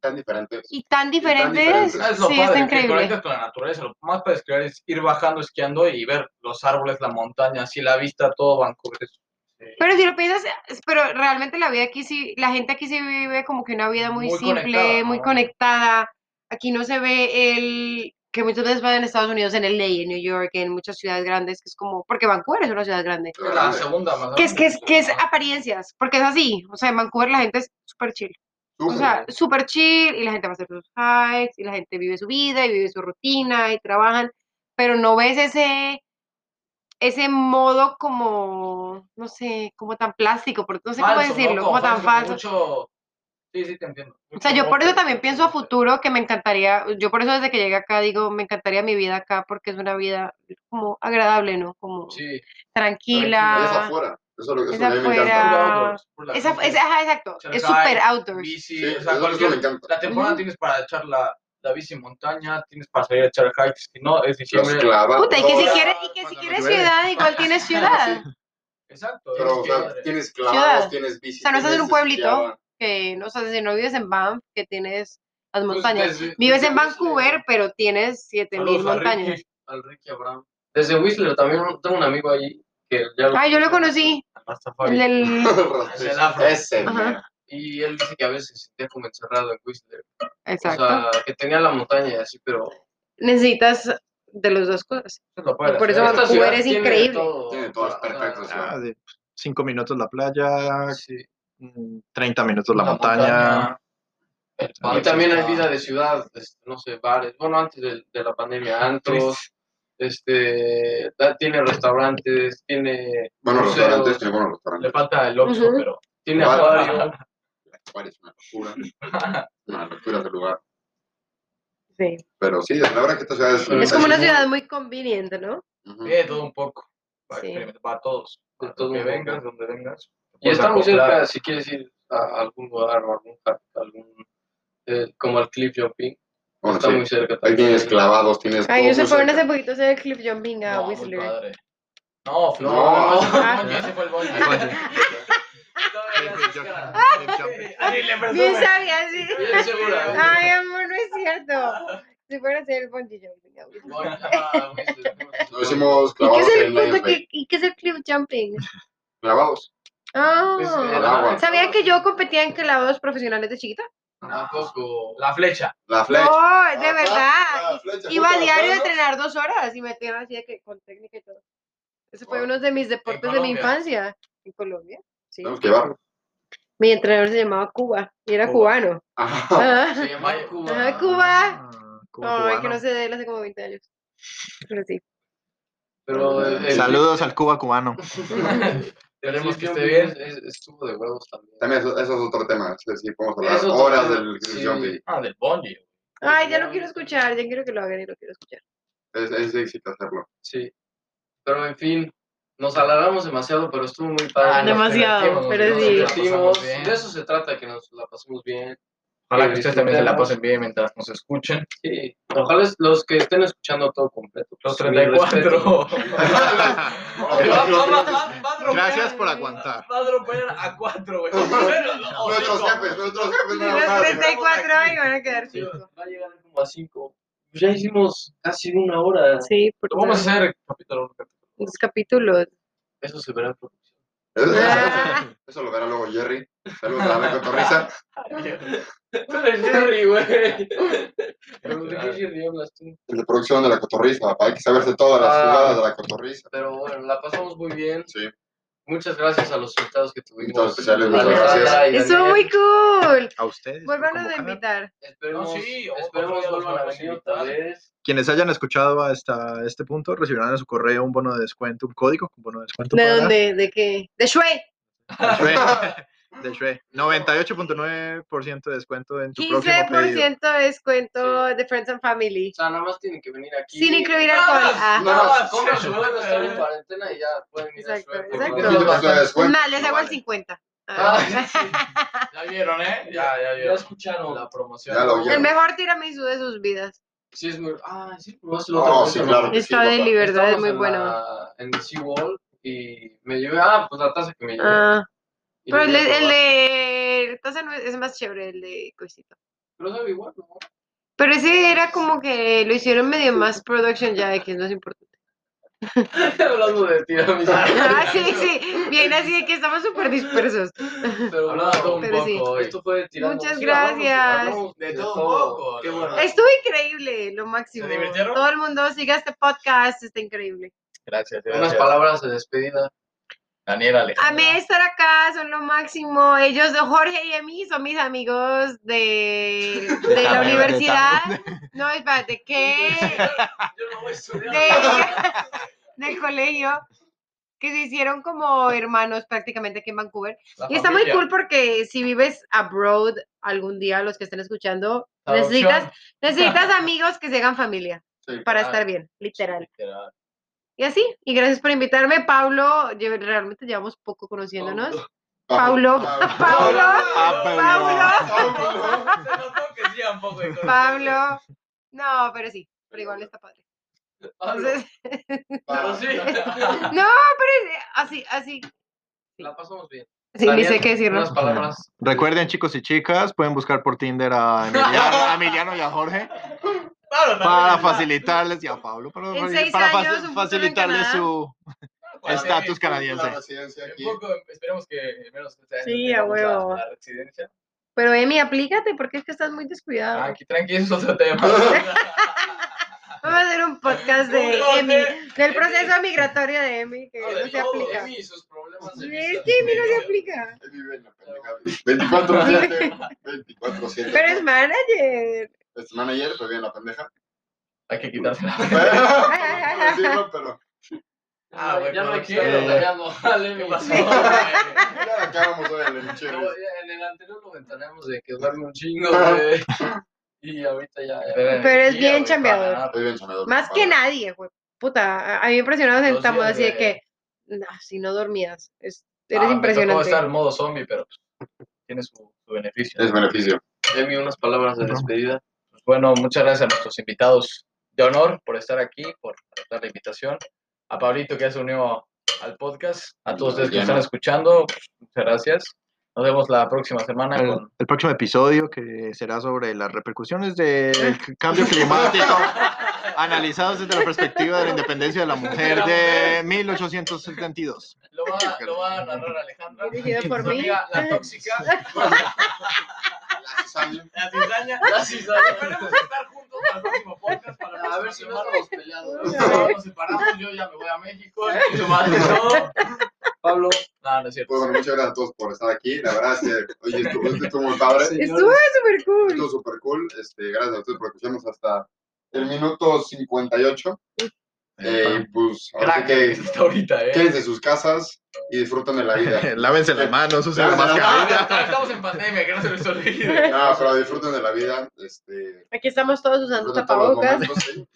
S5: Tan diferente.
S3: y tan diferentes.
S5: diferentes.
S1: Ah, Es lo
S3: sí,
S1: padre,
S3: está
S1: que
S3: increíble.
S1: conectas con la naturaleza. Lo más para describir es ir bajando, esquiando y ver los árboles, la montaña, así la vista, todo Vancouver. Es-
S3: Pero si lo piensas, es- pero realmente la vida aquí sí, la gente aquí sí vive como que una vida muy,
S1: Muy
S3: simple,
S1: conectada,
S3: muy
S1: ¿no?
S3: conectada. Aquí no se ve el que muchas veces van en Estados Unidos, en LA, en New York, en muchas ciudades grandes, que es como, porque Vancouver es una ciudad grande.
S1: es la segunda más
S3: Que es, que es, que es
S1: grande.
S3: apariencias, porque es así. O sea, en Vancouver la gente es súper chill. O
S5: Súper.
S3: sea, súper chill y la gente va a hacer sus hikes y la gente vive su vida y vive su rutina y trabajan, pero no ves ese, ese modo como, no sé, como tan plástico, por- no sé cómo
S1: Falso, ¿no?
S3: decirlo, como tan falso.
S1: mucho- Sí, sí, te entiendo.
S3: O sea, yo por eso también pienso a futuro que me encantaría, yo por eso desde que llegué acá digo, me encantaría mi vida acá porque es una vida como agradable, ¿no? Como
S1: Sí,
S5: Es
S3: tranquila.
S5: afuera. Eso es lo que
S3: Es
S5: eso a mí me
S1: puro
S3: afuera.
S5: encanta.
S1: outdoors, pura
S3: Esa,
S1: gente,
S3: esa- ajá, exacto,
S1: Cerca
S3: es súper
S1: hay
S3: outdoors.
S1: bici,
S5: Sí,
S1: o
S5: eso
S1: sea,
S5: es lo que me
S1: cualquier-
S5: encanta.
S1: La temporada
S3: Ujú.
S1: tienes para echar la, la bici en montaña, tienes para salir a echar hikes, si no, es
S5: Los
S1: diciembre.
S5: clavas.
S3: Puta, y que si
S1: Ahora,
S3: quieres, y que si
S5: cuando
S3: quieres
S5: llueve.
S3: ciudad, igual tienes ciudad.
S1: Exacto.
S5: Pero,
S1: es
S5: o
S1: que-
S5: sea, tienes
S3: Ciudad.
S5: clavados, tienes bici.
S3: O sea, no estás en
S5: tienes
S3: un pueblito.
S5: esquiada.
S3: Que no sé si no vives en Banff, que tienes las
S1: pues,
S3: montañas.
S1: desde-
S3: Vives
S1: desde
S3: en
S1: Whistler,
S3: Vancouver, pero tienes 7000
S1: saludos a Ricky,
S3: montañas.
S1: Al Ricky Abraham.
S2: Desde Whistler también tengo un amigo allí que ya lo
S3: Ay, Ah, yo lo conocí.
S1: al Rastafari.
S3: El del-
S1: El del afro.
S5: Ese,
S3: Ajá.
S5: mero.
S2: Y él dice que a veces se sentía como encerrado en Whistler.
S3: Exacto.
S2: O sea, que tenía la montaña y así, pero.
S3: Necesitas de las dos cosas.
S1: Eso es lo padre,
S3: Por eso
S1: ¿eh?
S3: Vancouver
S2: Esta ciudad
S3: es
S2: tiene de
S3: increíble.
S2: todo,
S5: Tiene todo, es
S2: o sea, ah,
S5: perfecto, o sea.
S4: Ah, de cinco minutos la playa,
S2: sí.
S4: mm, 30 minutos la,
S1: La
S4: montaña.
S1: montaña. Ah,
S2: Y también hay vida de ciudad, es- no sé, bares. Bueno, antes de, de la pandemia, antros, este, da- tiene restaurantes, tiene,
S5: Bueno, los
S2: Museos.
S5: restaurantes, tiene buenos
S1: Le
S5: restaurantes.
S1: falta el Oxxo,
S3: Ujú.
S1: pero
S2: tiene
S5: Vale.
S2: acuario.
S5: Cuál es una locura. Una locura ese lugar.
S3: Sí.
S5: Pero sí, la verdad que esta ciudad es.
S3: Es
S1: pues
S3: como una
S5: muy-
S3: ciudad muy conveniente, ¿no?
S5: Ujú.
S1: tiene eh, todo un poco. Para,
S3: Sí.
S1: experimentar, para todos.
S2: De
S1: Para
S2: todo
S1: que
S2: un poco.
S1: vengas, donde vengas.
S2: Y está muy
S1: Puedes acoplar.
S2: cerca, si quieres ir a algún lugar o algún, parque, algún eh, como al cliff jumping,
S5: Bueno,
S2: está
S5: Ah, sí.
S2: muy cerca
S5: Ahí
S2: también.
S5: tienes clavados, tienes.
S3: Ay,
S5: todo
S3: ellos se
S5: muy
S3: fueron
S5: cerca.
S3: hace poquito a hacer clip jumping a
S1: pues, No, muy
S3: Whistler.
S1: padre. No, Flo,
S5: No.
S1: no, ese fue el
S3: Ah.
S1: Bonnie, ese fue el Bonnie. Todavía haces cara.
S4: Ah,
S1: Así le
S3: Bien
S1: presume.
S3: sabía, sí.
S1: Bien
S2: ¿eh?
S1: segura.
S3: Ay, amor, no es cierto. Se fueron a hacer el bungee jumping a Whistler.
S2: Voy a Whistler,
S5: Nos hicimos
S3: ¿Y qué
S5: clavados
S3: es el,
S5: en Lions
S3: punto
S5: Bay.
S3: que- ¿y qué es el clip jumping?
S5: Clavados.
S3: Ah.
S2: Pues,
S5: el agua.
S3: ¿Sabían que yo competía en clavados profesionales de chiquita?
S2: Tampoco.
S1: La flecha.
S5: La flecha.
S3: No, de
S5: Ah,
S3: verdad.
S5: la flecha,
S3: Iba a
S5: junto a las
S3: diario a
S5: manos.
S3: entrenar dos horas y me metía así de que con técnica y todo. Ese fue
S5: Wow.
S3: uno de mis deportes de mi
S1: Colombia?
S3: infancia. En Colombia, sí.
S5: Tenemos que llevarlo.
S3: Mi entrenador se llamaba Cuba y era
S1: Cuba.
S3: cubano.
S5: Ajá.
S3: Ajá.
S2: Se llamaba Cuba.
S3: Ajá, Cuba.
S4: Ah, Cuba,
S3: Ay, que no
S4: cubano.
S3: sé de él hace como 20 años. Pero sí.
S2: Pero el, el-
S4: Saludos al Cuba cubano.
S1: Esperemos que
S2: cliff
S1: esté
S2: jumping
S1: bien.
S2: es- es- estuvo de huevos también.
S5: También eso, eso es otro tema. Sí, sí, podemos hablar
S2: Es otro
S5: horas
S2: tema,
S5: del Chris
S2: sí.
S5: Jumpy.
S1: Ah, del Bonnie.
S3: Ay, ya lo quiero escuchar, ya quiero que lo hagan y lo quiero escuchar.
S5: Es, es éxito hacerlo.
S2: Sí. Pero en fin, nos alargamos demasiado, pero estuvo muy padre.
S1: Ah, nos
S3: Demasiado,
S1: divertimos,
S3: pero
S1: nos
S3: sí.
S1: divertimos.
S2: divertimos. De eso se trata, que nos la pasemos bien.
S1: Ojalá
S2: que
S1: que ustedes también se la
S2: disfrutemos.
S1: pasen bien mientras nos escuchen.
S2: Sí. Ojalá es- los que estén pues, escuchando todo completo.
S1: Los
S2: Mis respetos.
S1: 34.
S5: Los- los-
S1: Va
S4: Gracias por aguantar.
S2: Va a dropear a cuatro, güey.
S5: Nuestros jefes, nuestros jefes.
S3: Los
S5: nada más.
S3: 34 y van a quedar
S2: Sí, pues,
S3: cinco.
S2: va a llegar como a cinco. Pues ya hicimos casi una hora.
S3: Sí, porque
S1: Lo vamos a hacer, capítulo uno, capítulo
S3: los capítulos.
S2: Eso se verá en producción.
S3: Ah,
S5: Eso- Eso lo verá luego Jerry. Saludos a la cotorriza.
S2: Eres Jerry, güey. Pero ¿de qué Jerry hablas tú?
S5: El de producción de la cotorriza. Hay que saberse todas las
S2: Ah.
S5: jugadas de la cotorriza.
S2: Pero bueno, la pasamos muy bien.
S5: Sí.
S2: Muchas gracias a los invitados que tuvimos.
S5: Invitados especiales,
S2: Alejandra
S5: muchas gracias.
S2: y
S3: Estuvo
S2: Daniel.
S3: muy cool.
S4: A ustedes. por
S3: Vuelvanos a
S4: convocar.
S3: invitar.
S2: Esperemos,
S1: No, sí, o- otro
S2: esperemos
S1: día los
S2: vuelvan a
S1: vamos a
S2: venir
S1: invitar.
S2: otra vez.
S4: Quienes hayan escuchado hasta este punto recibirán en su correo un bono de descuento, un código con bono de descuento.
S3: ¿De
S4: para-
S3: dónde? ¿De qué? ¡De Shue!
S4: De Shrek. De Shrek. 98.9% de descuento en tu próximo pedido.
S3: 15% de descuento de Friends and Family.
S2: O sea, nada más tienen que venir aquí.
S3: Sin incluir alcohol.
S2: Nada
S3: Ah,
S2: más, compran su huevo, están en cuarentena y ya pueden ir a
S3: Exacto,
S2: suerte.
S3: exacto.
S5: Un 15% de descuento.
S3: Más, les hago el
S4: vale.
S3: 50.
S2: Ah,
S3: Ah,
S1: uno. Ya vieron, ¿eh? Ya, ya
S2: Ya
S1: vieron.
S2: escucharon.
S1: La promoción.
S5: Ya lo
S3: El
S5: oyeron.
S3: mejor tiramisú de sus vidas.
S2: Sí, es muy. Ah, sí, no es
S5: Oh, sí, claro. que sí,
S3: Está de
S5: papá.
S3: libertad, es muy
S2: en
S3: bueno.
S2: la- En SeaWall y me llevé. Ah, pues la taza que me llevé.
S3: Ah,
S2: Y
S3: pero
S2: me
S3: el
S2: llevé
S3: de,
S2: a
S3: el
S2: probar.
S3: de Taza no es es más chévere, el de Coisito.
S2: Pero sabe igual, ¿no?
S3: Pero ese era como que lo hicieron medio más production ya, que no es importante.
S2: Hablando de tiramisú.
S3: Ah, sí, sí. Bien, así de que estamos súper dispersos.
S2: Pero
S1: Hablaba de todo un
S3: Pero sí.
S1: poco hoy.
S2: Esto fue tirando.
S3: Muchas
S2: Sí, hablamos,
S3: gracias.
S2: hablamos
S1: De todo un poco.
S2: Qué bueno.
S3: Estuvo increíble, lo máximo.
S1: ¿Se divirtieron?
S3: Todo el mundo siga este podcast, está increíble.
S1: Gracias,
S2: Unas
S1: gracias.
S2: palabras de despedida.
S1: Daniel, Alejandra.
S3: Amé estar acá, son lo máximo. Ellos, Jorge y Emi, son mis amigos de, de la
S4: Déjame ver,
S3: universidad. No, espérate, ¿qué?
S2: Yo no voy a estudiar.
S3: De, del colegio, que se hicieron como hermanos prácticamente aquí en Vancouver.
S1: La
S3: Y está muy
S1: familia.
S3: cool porque si vives abroad algún día, los que estén escuchando,
S1: La adopción.
S3: necesitas, necesitas amigos que se hagan familia
S5: Sí.
S3: para
S1: Claro.
S3: estar bien, literal.
S1: Literal.
S3: Y así, y gracias por invitarme, Pablo. yo- realmente llevamos poco conociéndonos. Paulo. Paulo. Pablo.
S5: Paulo.
S1: Se notó que sí, un poco de cosas.
S3: Pablo. No, pero sí, pero igual está padre. Entonces,
S5: Paulo.
S3: no, pero es- eh, así, así.
S2: La pasamos bien.
S3: Sí, ni sé qué decir, ¿no?
S2: Unas palabras.
S4: Recuerden, chicos y chicas, pueden buscar por Tinder a Emiliano, a Emiliano y a Jorge
S1: Claro,
S4: para
S1: también.
S4: facilitarles y a Pablo para,
S3: En
S4: facil-
S3: seis
S4: para
S3: años,
S4: faci-
S3: un futuro en
S4: facilitarles
S3: Canadá.
S4: su
S1: Cuando
S4: estatus
S1: llegue
S5: La
S4: canadiense.
S5: residencia
S1: el
S5: aquí.
S1: poco, Esperemos que en menos de este año
S3: Sí,
S1: tengamos
S3: a huevo.
S1: La, la residencia. Ah,
S3: Pero Emi, aplícate porque es que estás muy descuidado.
S1: Aquí tranqui, eso es otro tema.
S3: Vamos a hacer un podcast de
S1: Ah, No, no,
S3: Emi,
S1: de-
S3: del
S1: Emi.
S3: proceso migratorio de Emi, que
S1: No, de
S3: no se
S1: todo,
S3: aplica.
S2: Emi y sus problemas de
S3: Sí,
S2: visa.
S3: Es que Emi no se aplica.
S5: Él vive en la pendejada. 24-7. 24-7.
S3: Pero es manager.
S5: Es manager, pero vive en la pendeja.
S1: Hay que quitarse.
S5: Bueno, decirlo, pero
S1: Ah, güey,
S2: ya no
S1: pero
S2: quiero,
S1: qué-
S2: ya no vale, Emi.
S5: ya la acabamos hoy en el
S2: No,
S5: chévere.
S2: En el anterior lo ventaneamos de que duerme un chingo, güey. Y ahorita ya. ya.
S3: Pero es bien chambeador.
S1: Ah,
S5: Muy bien, sonador.
S3: Más que nadie, güey. Puta, a a mí me impresionaba
S1: Los
S3: sentamos
S1: días
S3: así de
S1: de-
S3: que, no, si no dormías, es-
S1: Ah,
S3: eres
S1: me tocó
S3: impresionante.
S1: estar en modo zombie, pero pues, tiene su, su beneficio.
S5: Es beneficio.
S2: Emi, unas palabras de despedida.
S1: Pues bueno, muchas gracias a nuestros invitados de honor por estar aquí, por aceptar la invitación. A Pablito que ya se unió al podcast. A todos ustedes que nos están escuchando, pues, muchas gracias. Nos vemos la próxima semana
S4: El,
S1: con
S4: el próximo episodio que será sobre las repercusiones del c- cambio climático analizados desde la perspectiva de la independencia de la mujer de 1872.
S1: Lo va, lo va a narrar Alejandra.
S3: Dirigido
S1: Su
S3: por mí.
S1: amiga, la tóxica.
S5: La cizaña.
S1: La cizaña.
S2: La cizaña.
S1: Esperemos estar juntos para el próximo podcast. Para la
S2: A ver si no
S1: próxima
S2: estamos peleados.
S1: semana. No nos separamos. Yo ya me voy a México. y tu madre no.
S2: Pablo,
S1: No, no es cierto.
S5: Pues bueno, muchas gracias a todos por estar aquí. La verdad es que hoy estuvo, hoy estuvo muy padre.
S2: Sí.
S3: Estuvo súper cool.
S5: Estuvo súper cool. Este, gracias a ustedes por escucharnos hasta el minuto 58. Eh, y pues, ahora
S1: Crack,
S5: sí que
S1: hasta ahorita, eh.
S5: quédense en sus casas y disfruten de la vida.
S4: Lávense las manos, usen
S5: Lávense las
S1: Ah,
S4: mascarilla.
S1: ya estamos en pandemia, que no se les olvide.
S5: No, pero disfruten de la vida. Este,
S3: Aquí estamos todos usando
S5: disfruten todos los
S3: tapabocas.
S5: momentos, sí.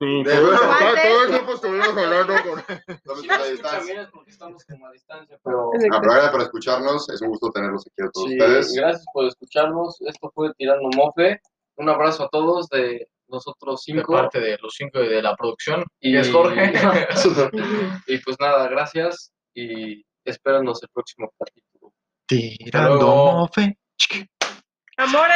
S4: Sí,
S5: De verdad,
S3: Antes-
S4: todo el tiempo estuvimos hablando con-
S5: tomen
S2: si
S5: la
S2: no se escucha
S5: distancia.
S2: bien es porque estamos como a distancia, pero.
S5: Ah, pero gracias por escucharnos. Es un gusto tenerlos aquí a todos
S2: Sí,
S5: ustedes.
S2: gracias por escucharnos. Esto fue Tirando Mofe. Un abrazo a todos de nosotros
S1: De
S2: cinco.
S1: parte de los cinco de la producción.
S2: Y
S1: Y es Jorge.
S2: né? y pues nada, gracias. y espéranos el próximo capítulo.
S4: Tirando
S2: luego.
S4: mofe.
S3: Amor,